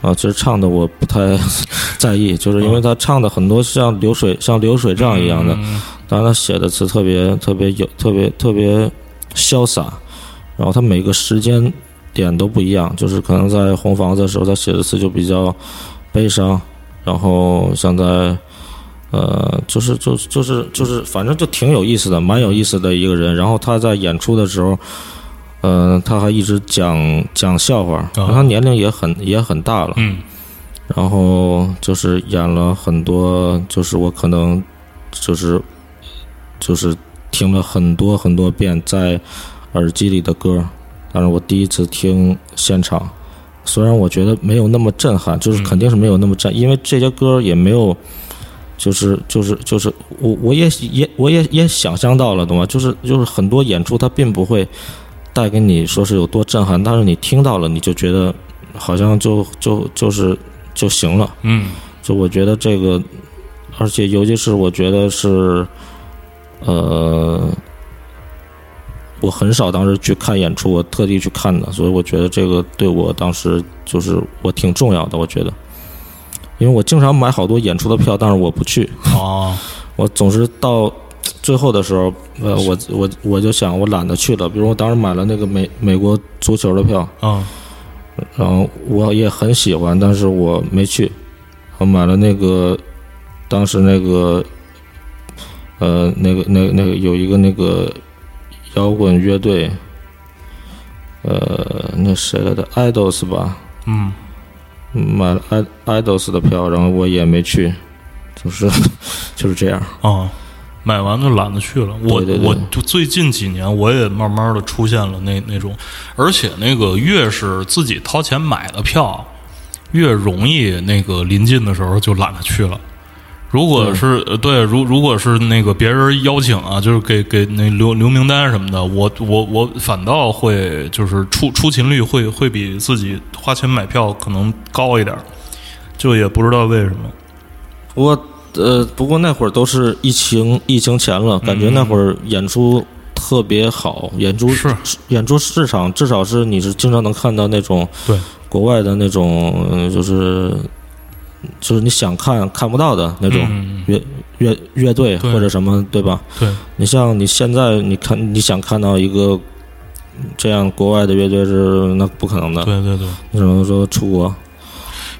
[SPEAKER 3] 啊，其实唱的我不太 在意，就是因为他唱的很多像流水像流水账一样的，
[SPEAKER 1] 嗯
[SPEAKER 3] 当然他写的词特别特别有特别特别潇洒，然后他每个时间点都不一样，就是可能在红房子的时候他写的词就比较悲伤，然后像在。呃，就是就是就是就是，反正就挺有意思的，蛮有意思的一个人。然后他在演出的时候，呃，他还一直讲讲笑话，然后他年龄也很也很大了，
[SPEAKER 1] 嗯
[SPEAKER 3] 然后就是演了很多，就是我可能就是就是听了很多很多遍在耳机里的歌，但是我第一次听现场，虽然我觉得没有那么震撼，就是肯定是没有那么震，因为这些歌也没有。就是就是就是我我也也我也也想象到了，懂吗？就是就是很多演出它并不会带给你说是有多震撼，但是你听到了你就觉得好像就就就是就行了。
[SPEAKER 1] 嗯
[SPEAKER 3] 就我觉得这个而且尤其是我觉得是，呃，我很少当时去看演出，我特地去看的，所以我觉得这个对我当时就是我挺重要的，我觉得，因为我经常买好多演出的票，但是我不去，
[SPEAKER 1] 哦，
[SPEAKER 3] 我总是到最后的时候，呃，我我我就想我懒得去了，比如我当时买了那个美美国足球的票，
[SPEAKER 1] 嗯
[SPEAKER 3] 然后我也很喜欢，但是我没去。我买了那个，当时那个，呃，那个、那、那个有一个那个摇滚乐队，呃，那谁来的？Idols 吧，
[SPEAKER 1] 嗯，
[SPEAKER 3] 买了 i Idols 的票，然后我也没去，就是 就是这样。
[SPEAKER 1] 哦，买完就懒得去了。我
[SPEAKER 3] 对对对
[SPEAKER 1] 我就最近几年我也慢慢的出现了那那种，而且那个越是自己掏钱买的票，越容易那个临近的时候就懒得去了。如果是呃对，如如果是那个别人邀请啊，就是给给那留留名单什么的，我我我反倒会就是出出勤率会会比自己花钱买票可能高一点儿，就也不知道为什么。
[SPEAKER 3] 不过呃，不过那会儿都是疫情疫情前了，感觉那会儿演出特别好，演出
[SPEAKER 1] 是
[SPEAKER 3] 演出市场至少是你是经常能看到那种
[SPEAKER 1] 对
[SPEAKER 3] 国外的那种，嗯就是就是你想看看不到的那种
[SPEAKER 1] 嗯，
[SPEAKER 3] 乐、乐乐队
[SPEAKER 1] 对
[SPEAKER 3] 或者什么，对吧？
[SPEAKER 1] 对，
[SPEAKER 3] 你像你现在你看你想看到一个这样国外的乐队是那不可能的，
[SPEAKER 1] 嗯对对对。
[SPEAKER 3] 你只能说出国。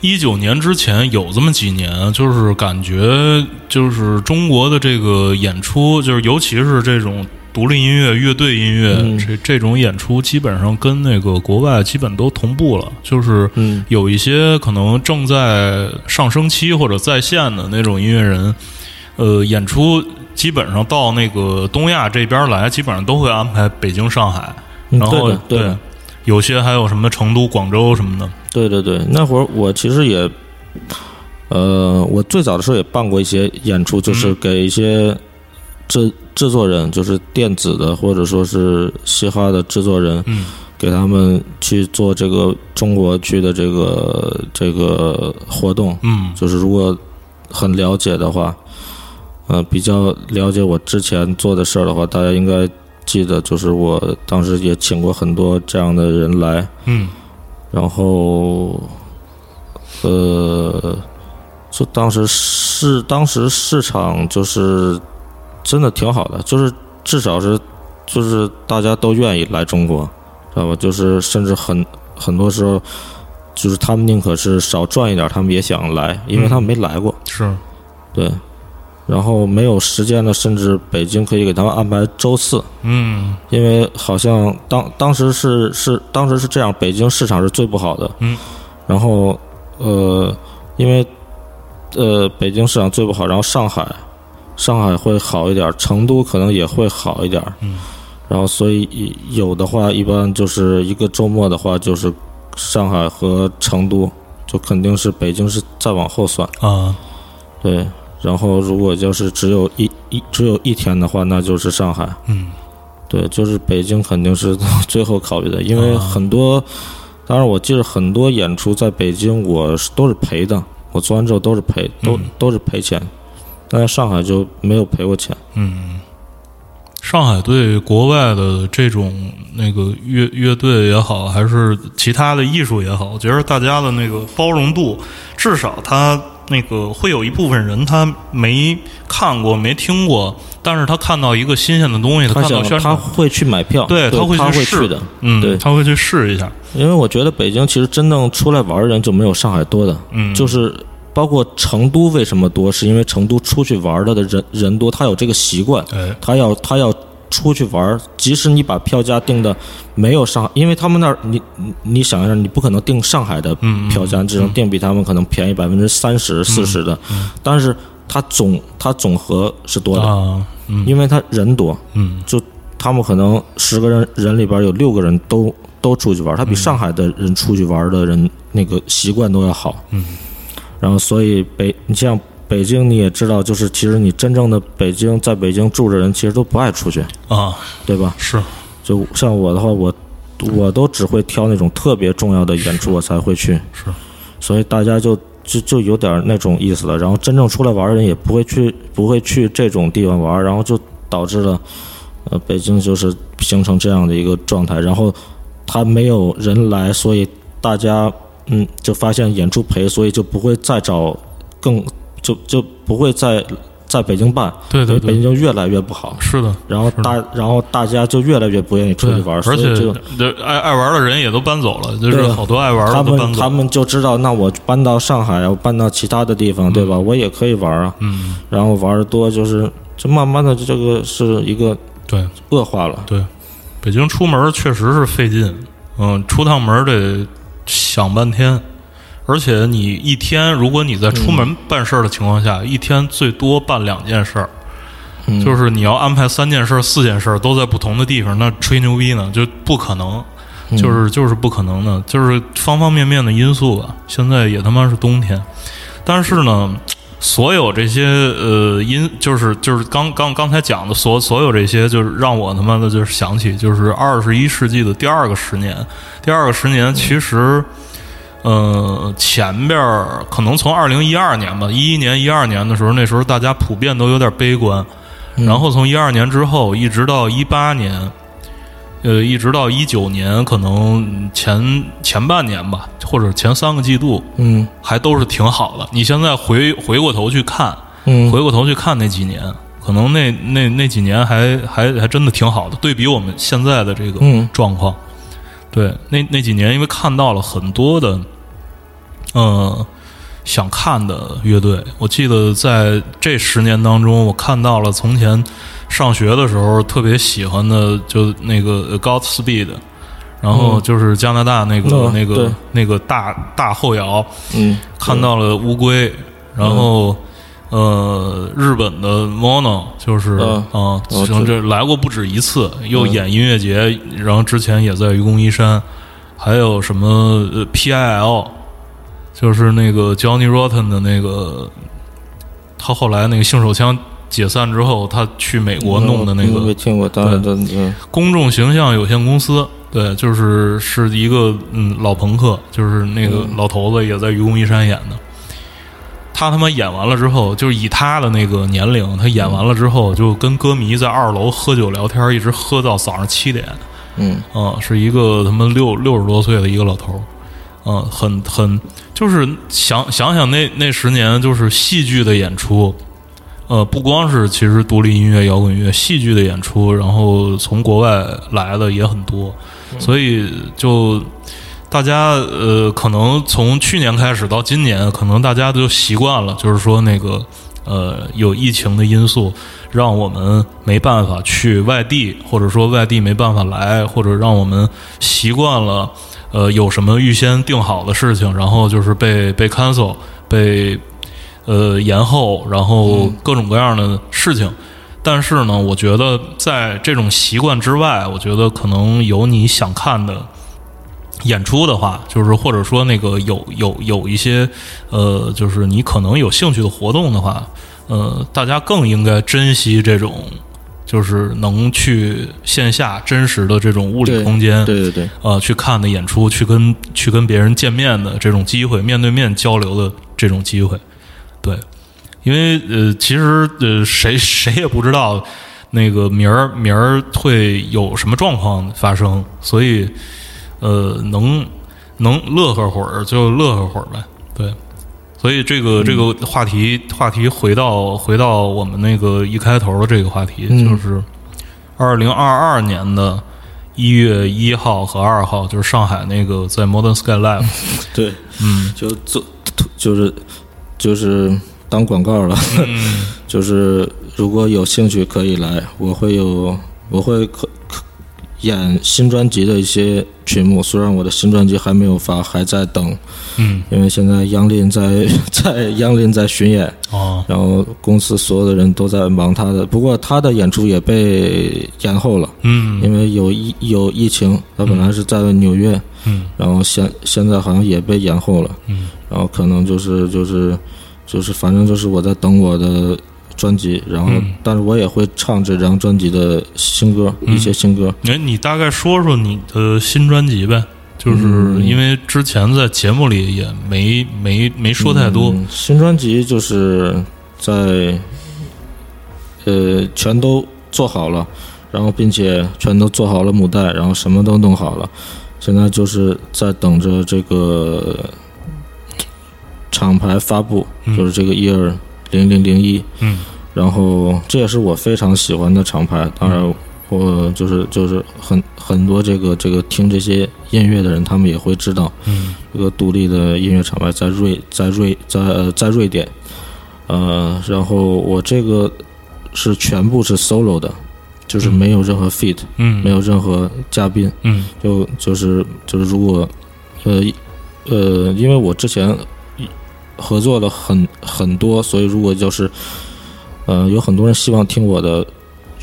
[SPEAKER 1] 一九年之前有这么几年，就是感觉就是中国的这个演出，就是尤其是这种独立音乐、乐队音乐、
[SPEAKER 3] 嗯
[SPEAKER 1] 这这种演出，基本上跟那个国外基本都同步了。就是
[SPEAKER 3] 嗯
[SPEAKER 1] 有一些可能正在上升期或者在线的那种音乐人，呃，演出基本上到那个东亚这边来，基本上都会安排北京、上海，
[SPEAKER 3] 嗯
[SPEAKER 1] 然
[SPEAKER 3] 对
[SPEAKER 1] 后
[SPEAKER 3] 的对的
[SPEAKER 1] 有些还有什么成都、广州什么的。
[SPEAKER 3] 对对对，那会儿我其实也，呃，我最早的时候也办过一些演出，就是给一些制制作人，就是电子的或者说是嘻哈的制作人，
[SPEAKER 1] 嗯
[SPEAKER 3] 给他们去做这个中国区的这个这个活动。
[SPEAKER 1] 嗯
[SPEAKER 3] 就是如果很了解的话，呃，比较了解我之前做的事儿的话，大家应该记得，就是我当时也请过很多这样的人来，
[SPEAKER 1] 嗯
[SPEAKER 3] 然后，呃，就当时市当时市场就是真的挺好的，就是至少是就是大家都愿意来中国，知道吧？就是甚至很很多时候，就是他们宁可是少赚一点，他们也想来，因为他们没来过，
[SPEAKER 1] 是。
[SPEAKER 3] 对。然后没有时间的，甚至北京可以给他们安排周四，
[SPEAKER 1] 嗯
[SPEAKER 3] 因为好像当当时是是当时是这样，北京市场是最不好的，
[SPEAKER 1] 嗯，
[SPEAKER 3] 然后呃，因为呃北京市场最不好，然后上海上海会好一点，成都可能也会好一点，
[SPEAKER 1] 嗯，
[SPEAKER 3] 然后所以一有的话，一般就是一个周末的话，就是上海和成都，就肯定是北京是再往后算，
[SPEAKER 1] 啊，
[SPEAKER 3] 对，然后如果就是只有一一只有一天的话，那就是上海。
[SPEAKER 1] 嗯
[SPEAKER 3] 对，就是北京肯定是 最后考虑的，因为
[SPEAKER 1] 啊
[SPEAKER 3] 很多，当然我记得很多演出在北京我是都是赔的，我做完之后都是赔，都、
[SPEAKER 1] 嗯
[SPEAKER 3] 都是赔钱，但在上海就没有赔过钱。
[SPEAKER 1] 嗯，上海对国外的这种那个乐乐队也好，还是其他的艺术也好，我觉得大家的那个包容度，至少他那个会有一部分人他没看过、没听过，但是他看到一个新鲜的东西，看
[SPEAKER 3] 想
[SPEAKER 1] 到宣
[SPEAKER 3] 他
[SPEAKER 1] 传，
[SPEAKER 3] 会去买票，
[SPEAKER 1] 对
[SPEAKER 3] 他
[SPEAKER 1] 他会去
[SPEAKER 3] 会
[SPEAKER 1] 试
[SPEAKER 3] 去的，对
[SPEAKER 1] 嗯，他会去试一下，
[SPEAKER 3] 因为我觉得北京其实真正出来玩的人就没有上海多的，
[SPEAKER 1] 嗯，
[SPEAKER 3] 就是包括成都为什么多，是因为成都出去玩的的人人多，他有这个习惯，
[SPEAKER 1] 哎，
[SPEAKER 3] 他要他要出去玩儿，即使你把票价定的没有上，因为他们那儿你你你想一下，你不可能定上海的
[SPEAKER 1] 嗯嗯嗯
[SPEAKER 3] 票价，你只能定比他们可能便宜百分之三十四十的，但是它总它总和是多的，
[SPEAKER 1] 啊，嗯
[SPEAKER 3] 因为他人多，
[SPEAKER 1] 嗯
[SPEAKER 3] 就他们可能十个人人里边儿有六个人都都出去玩儿，
[SPEAKER 1] 嗯
[SPEAKER 3] 他比上海的人出去玩儿的人那个习惯都要好。
[SPEAKER 1] 嗯，
[SPEAKER 3] 然后所以北你像北京你也知道，就是其实你真正的北京在北京住着人其实都不爱出去，
[SPEAKER 1] 啊，
[SPEAKER 3] 对吧？
[SPEAKER 1] 是，
[SPEAKER 3] 就像我的话，我我都只会挑那种特别重要的演出我才会去，
[SPEAKER 1] 是，
[SPEAKER 3] 所以大家就就就有点那种意思了。然后真正出来玩的人也不会去不会去这种地方玩，然后就导致了呃北京就是形成这样的一个状态。然后他没有人来，所以大家嗯就发现演出赔，所以就不会再找更就就不会再在北京办，
[SPEAKER 1] 对对
[SPEAKER 3] 所以北京
[SPEAKER 1] 对，
[SPEAKER 3] 就越来越不好。
[SPEAKER 1] 是的。
[SPEAKER 3] 然后大，然后大家就越来越不愿意出
[SPEAKER 1] 对
[SPEAKER 3] 去玩，，所
[SPEAKER 1] 而
[SPEAKER 3] 以
[SPEAKER 1] 且
[SPEAKER 3] 这个
[SPEAKER 1] 这爱爱玩的人也都搬走了，就是
[SPEAKER 3] 对啊
[SPEAKER 1] 好多爱玩
[SPEAKER 3] 他
[SPEAKER 1] 的都搬
[SPEAKER 3] 们他
[SPEAKER 1] 走了。
[SPEAKER 3] 们就知道，那我搬到上海，我搬到其他的地方，对吧？我也可以玩啊。
[SPEAKER 1] 嗯，
[SPEAKER 3] 然后玩的多，就是就慢慢的这个是一个
[SPEAKER 1] 对
[SPEAKER 3] 恶化了。
[SPEAKER 1] 对，北京出门确实是费劲，嗯，出趟门得想半天，而且你一天，如果你在出门办事儿的情况下，一天最多办两件事儿。
[SPEAKER 3] 嗯
[SPEAKER 1] 就是你要安排三件事、四件事都在不同的地方，那吹牛逼呢就不可能，
[SPEAKER 3] 嗯
[SPEAKER 1] 就是就是不可能的，就是方方面面的因素吧。现在也他妈是冬天，但是呢，所有这些呃因，就是就是刚刚刚才讲的所所有这些，就是让我他妈的就是想起，就是二十一世纪的第二个十年，第二个十年其实。呃，前边儿可能从二零一二年吧，一一年、一二年的时候，那时候大家普遍都有点悲观，然后从一二年之后一直到一八年，呃，一直到一九年，可能前前半年吧，或者前三个季度，
[SPEAKER 3] 嗯
[SPEAKER 1] 还都是挺好的。你现在回回过头去看，
[SPEAKER 3] 嗯
[SPEAKER 1] 回过头去看那几年，可能那那那几年还还还真的挺好的，对比我们现在的这个
[SPEAKER 3] 嗯
[SPEAKER 1] 状况，对那那几年，因为看到了很多的，呃，想看的乐队。我记得在这十年当中，我看到了从前上学的时候特别喜欢的，就那个 Godspeed。然后就是加拿大那个、
[SPEAKER 3] 嗯
[SPEAKER 1] 那个
[SPEAKER 3] 对
[SPEAKER 1] 那个大大后摇，
[SPEAKER 3] 嗯，
[SPEAKER 1] 看到了乌龟，然后、呃，日本的 Mono 就是
[SPEAKER 3] 嗯
[SPEAKER 1] 啊，
[SPEAKER 3] 我
[SPEAKER 1] 行、
[SPEAKER 3] 知
[SPEAKER 1] 这来过不止一次，又演音乐节，然后之前也在愚公移山，还有什么呃 PIL，就是那个 Johnny Rotten 的那个，他后来那个性手枪解散之后，他去美国弄的那个、
[SPEAKER 3] 嗯没听过，当然的，嗯
[SPEAKER 1] 公众形象有限公司，对，就是是一个嗯老朋克，就是那个老头子也在愚公移山演的。他他妈演完了之后，就是以他的那个年龄，他演完了之后就跟歌迷在二楼喝酒聊天，一直喝到早上七点。
[SPEAKER 3] 嗯
[SPEAKER 1] 啊，是一个他妈六六十多岁的一个老头儿，啊，很很就是想想想那那十年就是戏剧的演出，呃，不光是其实独立音乐、摇滚乐，戏剧的演出，然后从国外来的也很多，所以就。大家呃，可能从去年开始到今年，可能大家都习惯了，就是说那个呃，有疫情的因素，让我们没办法去外地，或者说外地没办法来，或者让我们习惯了，呃，有什么预先定好的事情，然后就是被被 cancel，被呃延后，然后各种各样的事情。但是呢，我觉得在这种习惯之外，我觉得可能有你想看的演出的话，就是或者说那个有有有一些呃，就是你可能有兴趣的活动的话，呃，大家更应该珍惜这种就是能去线下真实的这种物理
[SPEAKER 3] 对
[SPEAKER 1] 空间，
[SPEAKER 3] 对对对，
[SPEAKER 1] 呃去看的演出，去跟去跟别人见面的这种机会，面对面交流的这种机会，对，因为呃，其实呃，谁谁也不知道那个明儿明儿会有什么状况发生，所以呃，能能乐呵会儿就乐呵会儿呗，对。所以这个这个话题话题回到回到我们那个一开头的这个话题，
[SPEAKER 3] 嗯
[SPEAKER 1] 就是二零二二年的一月一号和二号，就是上海那个在 Modern Sky Live，
[SPEAKER 3] 对，
[SPEAKER 1] 嗯
[SPEAKER 3] 就做就是就是当广告了， 就是如果有兴趣可以来，我会有我会可可演新专辑的一些曲目，虽然我的新专辑还没有发，还在等，
[SPEAKER 1] 嗯
[SPEAKER 3] 因为现在杨林在在杨林在巡演，
[SPEAKER 1] 哦，
[SPEAKER 3] 然后公司所有的人都在忙他的，不过他的演出也被延后了，
[SPEAKER 1] 嗯
[SPEAKER 3] 因为有疫有疫情，他本来是在纽约，
[SPEAKER 1] 嗯
[SPEAKER 3] 然后现现在好像也被延后了，
[SPEAKER 1] 嗯，
[SPEAKER 3] 然后可能就是就是就是反正就是我在等我的专辑，然后、
[SPEAKER 1] 嗯
[SPEAKER 3] 但是我也会唱这张
[SPEAKER 1] 嗯哎
[SPEAKER 3] 专辑的新歌，一些新歌，
[SPEAKER 1] 你你大概说说你的新专辑呗，就是因为之前在节目里也没没没说太多，
[SPEAKER 4] 嗯
[SPEAKER 3] 新专辑就是在呃全都做好了，然后并且全都做好了母带，然后什么都弄好了，现在就是在等着这个厂牌发布，
[SPEAKER 1] 嗯
[SPEAKER 3] 就是这个 year 零零零一，
[SPEAKER 1] 嗯
[SPEAKER 3] 然后这也是我非常喜欢的厂牌，当
[SPEAKER 1] 嗯
[SPEAKER 3] 然。我就是就是很很多这个这个听这些音乐的人，他们也会知道，
[SPEAKER 1] 嗯
[SPEAKER 3] 一个独立的音乐厂牌，在瑞，在瑞，在呃，在瑞典，呃，然后我这个是全部是 solo 的，就是
[SPEAKER 1] 嗯
[SPEAKER 3] 没有任何 feat，、
[SPEAKER 1] 嗯，
[SPEAKER 3] 没有任何嘉宾，
[SPEAKER 1] 嗯
[SPEAKER 3] 就就是就是如果，呃呃，因为我之前合作了很很多，所以如果就是，呃，有很多人希望听我的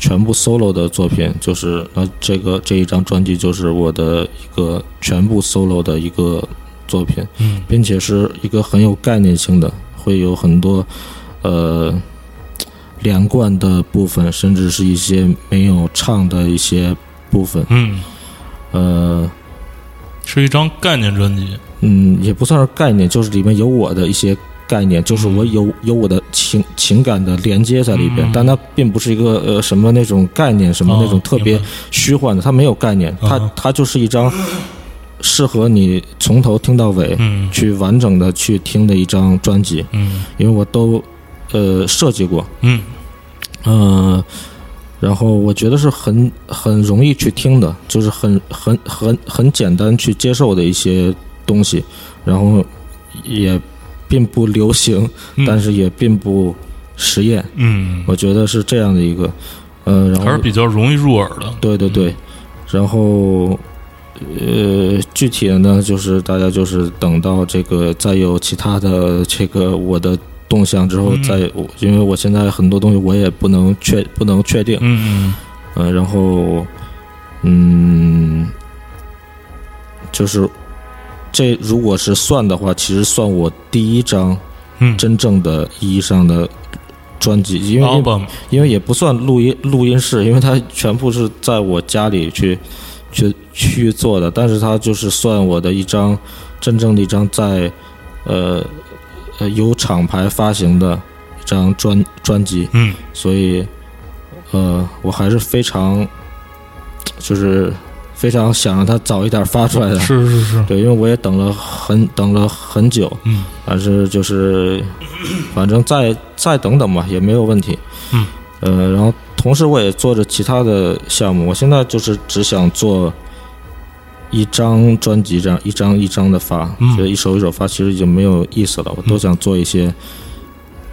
[SPEAKER 3] 全部 solo 的作品，就是那这个这一张专辑就是我的一个全部 solo 的一个作品，
[SPEAKER 1] 嗯
[SPEAKER 3] 并且是一个很有概念性的，会有很多呃连贯的部分，甚至是一些没有唱的一些部分，
[SPEAKER 1] 嗯，
[SPEAKER 3] 呃。
[SPEAKER 1] 是一张概念专辑，
[SPEAKER 3] 嗯，也不算是概念，就是里面有我的一些概念，就是我有有我的情情感的连接在里边，
[SPEAKER 1] 嗯
[SPEAKER 3] 但它并不是一个呃什么那种概念，什么那种
[SPEAKER 1] 哦
[SPEAKER 3] 特别
[SPEAKER 1] 明白
[SPEAKER 3] 虚幻的，它没有概念，它
[SPEAKER 1] 嗯
[SPEAKER 3] 它就是一张适合你从头听到尾、
[SPEAKER 1] 嗯
[SPEAKER 3] 去完整的去听的一张专辑，
[SPEAKER 1] 嗯
[SPEAKER 3] 因为我都呃设计过，
[SPEAKER 1] 嗯
[SPEAKER 3] 嗯，然后我觉得是很很容易去听的，就是很很很很简单去接受的一些东西，然后也并不流行，
[SPEAKER 1] 嗯
[SPEAKER 3] 但是也并不实验，
[SPEAKER 1] 嗯，
[SPEAKER 3] 我觉得是这样的一个，呃，然
[SPEAKER 1] 还是
[SPEAKER 3] 后
[SPEAKER 1] 比较嗯容易入耳的，
[SPEAKER 3] 对对对，然后。呃，具体的呢，就是大家就是等到这个再有其他的这个我的动向之后
[SPEAKER 1] 嗯
[SPEAKER 3] 再，我因为我现在很多东西我也不能确不能确定，
[SPEAKER 1] 嗯
[SPEAKER 3] 嗯，然后，嗯，就是这如果是算的话，其实算我第一张
[SPEAKER 1] 嗯
[SPEAKER 3] 真正的意义上的专辑，因为、
[SPEAKER 1] ，album，
[SPEAKER 3] 因为也不算录音录音室，因为它全部是在我家里去去去做的，但是它就是算我的一张真正的一张在呃呃由厂牌发行的一张专专辑，
[SPEAKER 1] 嗯
[SPEAKER 3] 所以，呃，我还是非常，就是非常想让它早一点发出来的。
[SPEAKER 1] 是是是，
[SPEAKER 3] 对，因为我也等了很等了很久，
[SPEAKER 1] 嗯
[SPEAKER 3] 但是就是，反正再再等等吧，也没有问题。
[SPEAKER 1] 嗯，
[SPEAKER 3] 呃，然后同时我也做着其他的项目，我现在就是只想做一张专辑，这样一张一张的发，
[SPEAKER 1] 嗯
[SPEAKER 3] 觉得一首一首发其实已经没有意思了。我都想做一些，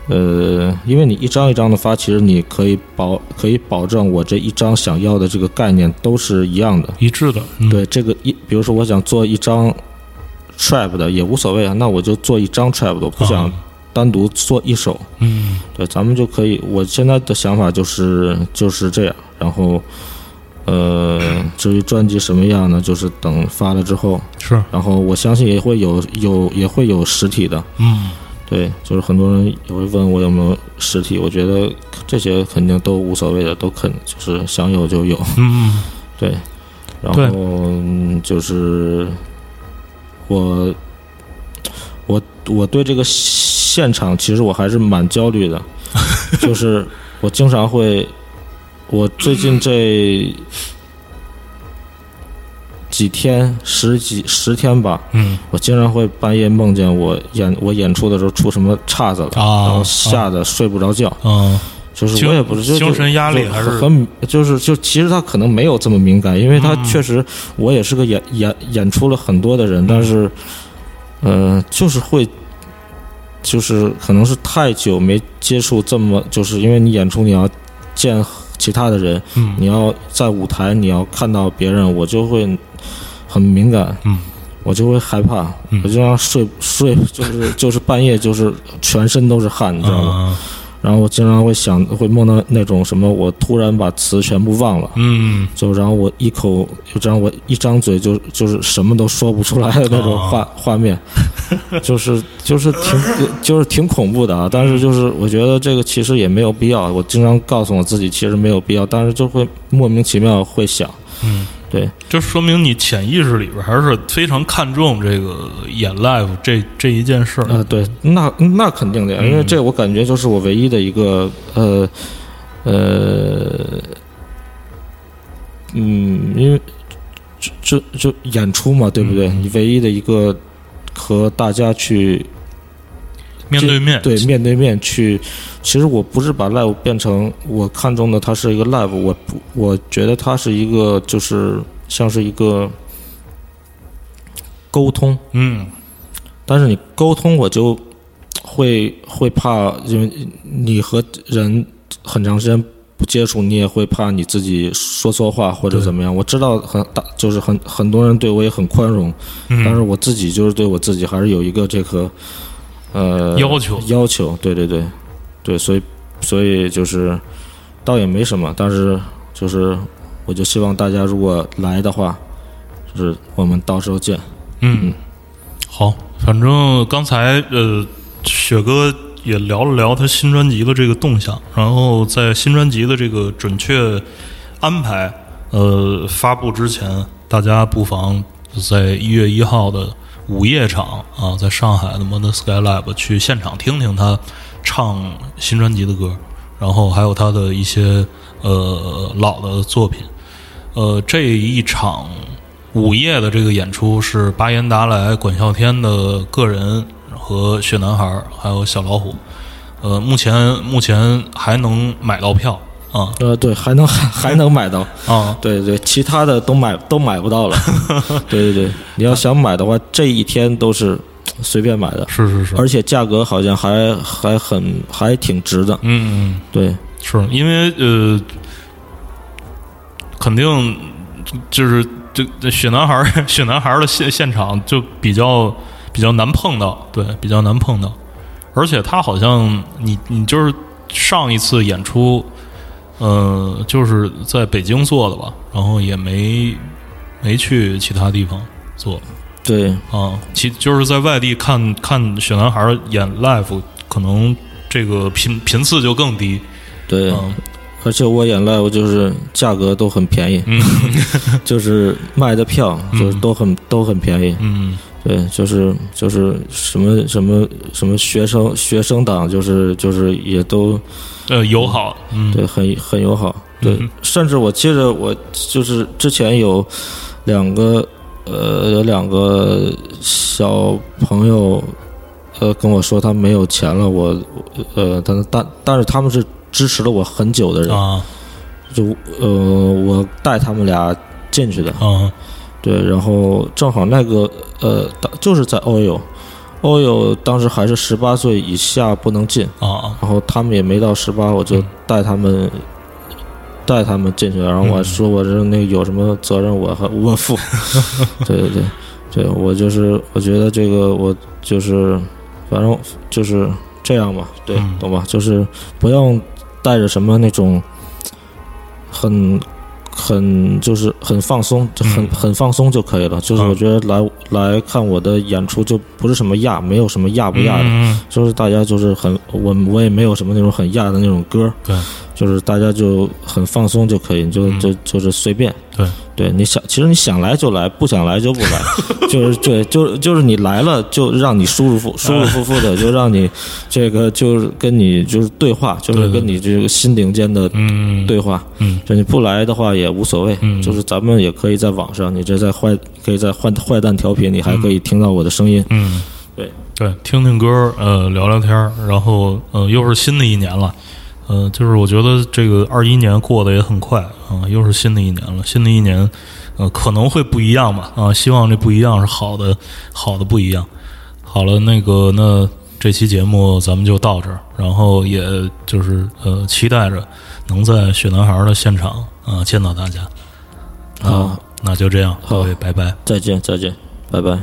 [SPEAKER 3] 呃，因为你一张一张的发，其实你可以保可以保证我这一张想要的这个概念都是一样的。
[SPEAKER 1] 一致的，嗯
[SPEAKER 3] 对这个一，比如说我想做一张 trap 的也无所谓啊，那我就做一张 trap 的，我不想
[SPEAKER 1] 啊
[SPEAKER 3] 单独做一首。
[SPEAKER 1] 嗯
[SPEAKER 3] 对，咱们就可以，我现在的想法就是就是这样。然后，呃，至于专辑什么样呢？就是等发了之后，
[SPEAKER 1] 是，
[SPEAKER 3] 然后我相信也会有有也会有实体的。
[SPEAKER 1] 嗯
[SPEAKER 3] 对，就是很多人也会问我有没有实体，我觉得这些肯定都无所谓的，都肯就是想有就有。
[SPEAKER 1] 嗯
[SPEAKER 3] 对，然后
[SPEAKER 1] 对
[SPEAKER 3] 嗯就是我我我对这个现场其实我还是蛮焦 虑的，就是我经常会，我最近这几天十几十天吧，
[SPEAKER 1] 嗯
[SPEAKER 3] 我经常会半夜梦见我演我演出的时候出什么岔子了，
[SPEAKER 1] 啊
[SPEAKER 3] 然后吓得睡不着觉。
[SPEAKER 1] 嗯
[SPEAKER 3] 就是
[SPEAKER 1] 精
[SPEAKER 3] 我也不是就
[SPEAKER 1] 精神压力还是
[SPEAKER 3] 就很就是就其实他可能没有这么敏感，因为他
[SPEAKER 1] 嗯
[SPEAKER 3] 确实我也是个演演演出了很多的人，但是
[SPEAKER 1] 嗯
[SPEAKER 3] 呃，就是会就是可能是太久没接触这么，就是因为你演出你要见其他的人，
[SPEAKER 1] 嗯
[SPEAKER 3] 你要在舞台你要看到别人，我就会很敏感，
[SPEAKER 1] 嗯，
[SPEAKER 3] 我就会害怕，
[SPEAKER 1] 嗯
[SPEAKER 3] 我就让睡睡就是就是半夜就是全身都是汗，你知道吗？
[SPEAKER 1] 嗯
[SPEAKER 3] 然后我经常会想，会梦到那种什么，我突然把词全部忘了，
[SPEAKER 1] 嗯
[SPEAKER 3] 就然后我一口，就这样我一张嘴就就是什么都说不出来的那种
[SPEAKER 1] 哦
[SPEAKER 3] 画、画面， 就是就是挺就是挺恐怖的啊。但是就是我觉得这个其实也没有必要，我经常告诉我自己其实没有必要，但是就会莫名其妙会想，
[SPEAKER 1] 嗯
[SPEAKER 3] 对，
[SPEAKER 1] 就说明你潜意识里边还是非常看重这个演 live 这这一件事儿。
[SPEAKER 3] 啊，对，那那肯定的呀，因为这我感觉就是我唯一的一个呃呃嗯，因为这这这演出嘛，对不对？你唯一的一个和大家去
[SPEAKER 1] 面对面，
[SPEAKER 3] 对面对面去，其实我不是把 live 变成我看中的它是一个 live，我不我觉得它是一个就是像是一个沟通，
[SPEAKER 1] 嗯，
[SPEAKER 3] 但是你沟通，我就会会怕，因为你和人很长时间不接触，你也会怕你自己说错话或者怎么样。我知道很大，就是很很多人对我也很宽容，
[SPEAKER 1] 嗯
[SPEAKER 3] 但是我自己就是对我自己还是有一个这个呃
[SPEAKER 1] 要求
[SPEAKER 3] 要求，对对对对，所以所以就是倒也没什么，但是就是我就希望大家如果来的话，就是我们到时候见。
[SPEAKER 1] 嗯，好，反正刚才呃，雪哥也聊了聊他新专辑的这个动向，然后在新专辑的这个准确安排呃发布之前，大家不妨在一月一号的午夜场啊，在上海的 Modern Skylab 去现场听听他唱新专辑的歌，然后还有他的一些呃老的作品。呃，这一场午夜的这个演出是巴彦达莱、管笑天的个人和雪男孩，还有小老虎。呃，目前目前还能买到票啊
[SPEAKER 3] 呃，对，还能还还能买到，
[SPEAKER 1] 啊！
[SPEAKER 3] 对对，其他的都买都买不 到了。对对对，你要想买的话，这一天都是随便买的，
[SPEAKER 1] 是是是，
[SPEAKER 3] 而且价格好像还还很还挺值的。
[SPEAKER 1] 嗯嗯。
[SPEAKER 3] 对，
[SPEAKER 1] 是因为呃，肯定就是这这雪男孩儿 雪男孩儿的现现场就比较比较难碰到，对，比较难碰到。而且他好像你你就是上一次演出，呃，就是在北京做的吧，然后也没没去其他地方做
[SPEAKER 3] 对
[SPEAKER 1] 啊，其就是在外地看看雪男孩儿演 live，可能这个频频次就更低，
[SPEAKER 3] 对，
[SPEAKER 1] 嗯。
[SPEAKER 3] 而且我演 live 就是价格都很便宜，
[SPEAKER 1] 嗯
[SPEAKER 3] 就是卖的票就是都很、都很便宜。
[SPEAKER 1] 嗯
[SPEAKER 3] 对，就是就是什么什么什么学生学生党，就是就是也都。
[SPEAKER 1] 呃，友好，嗯，
[SPEAKER 3] 对，很很友好。对，
[SPEAKER 1] 嗯
[SPEAKER 3] 甚至我记着我就是之前有两个呃有两个小朋友呃跟我说他没有钱了，我呃但但但是他们是支持了我很久的人，
[SPEAKER 1] 啊，
[SPEAKER 3] 就呃我带他们俩进去的，
[SPEAKER 1] 啊，
[SPEAKER 3] 对，然后正好那个呃当就是在 OYO。OYO 当时还是十八岁以下不能进，
[SPEAKER 1] 啊，
[SPEAKER 3] 然后他们也没到十八，我就
[SPEAKER 1] 嗯
[SPEAKER 3] 带他们、带他们进去，然后
[SPEAKER 1] 嗯
[SPEAKER 3] 我还说我这那个有什么责任我还我负， 对对对，对我就是我觉得这个我就是反正就是这样吧，对，
[SPEAKER 1] 嗯
[SPEAKER 3] 懂吧？就是不用带着什么那种很。很就是很放松，就很
[SPEAKER 1] 嗯
[SPEAKER 3] 很放松就可以了。就是
[SPEAKER 1] 嗯
[SPEAKER 3] 我觉得来来看我的演出，就不是什么亚，没有什么亚不亚的，
[SPEAKER 1] 嗯，
[SPEAKER 3] 就是大家就是很我我也没有什么那种很亚的那种歌，
[SPEAKER 1] 对，
[SPEAKER 3] 就是大家就很放松就可以，就
[SPEAKER 1] 嗯
[SPEAKER 3] 就就是随便，
[SPEAKER 1] 对，
[SPEAKER 3] 对，你想其实你想来就来，不想来就不 来，就是对，就就是你来了就让你舒舒
[SPEAKER 1] 哎
[SPEAKER 3] 服舒舒服服的，就让你这个就是跟你就是对话，就是
[SPEAKER 1] 对对
[SPEAKER 3] 跟你这个心灵间的
[SPEAKER 1] 嗯，
[SPEAKER 3] 对话，
[SPEAKER 1] 嗯，
[SPEAKER 3] 就你不来的话也无所谓，
[SPEAKER 1] 嗯
[SPEAKER 3] 就是咱们也可以在网上，你这在坏可以在坏坏蛋调频，你还可以听到我的声音，
[SPEAKER 1] 嗯，
[SPEAKER 3] 对
[SPEAKER 1] 对，听听歌，呃，聊聊天儿，然后，呃，又是新的一年了，呃，就是我觉得这个二一年过得也很快啊、又是新的一年了，新的一年，呃，可能会不一样吧，啊、希望这不一样是好的，好的不一样。好了，那个那这期节目咱们就到这儿，然后也就是呃，期待着能在雪男孩儿的现场啊、见到大家。啊
[SPEAKER 3] 好，
[SPEAKER 1] 那就这样，各
[SPEAKER 3] 好
[SPEAKER 1] 位，拜拜。
[SPEAKER 3] 再见再见，拜拜。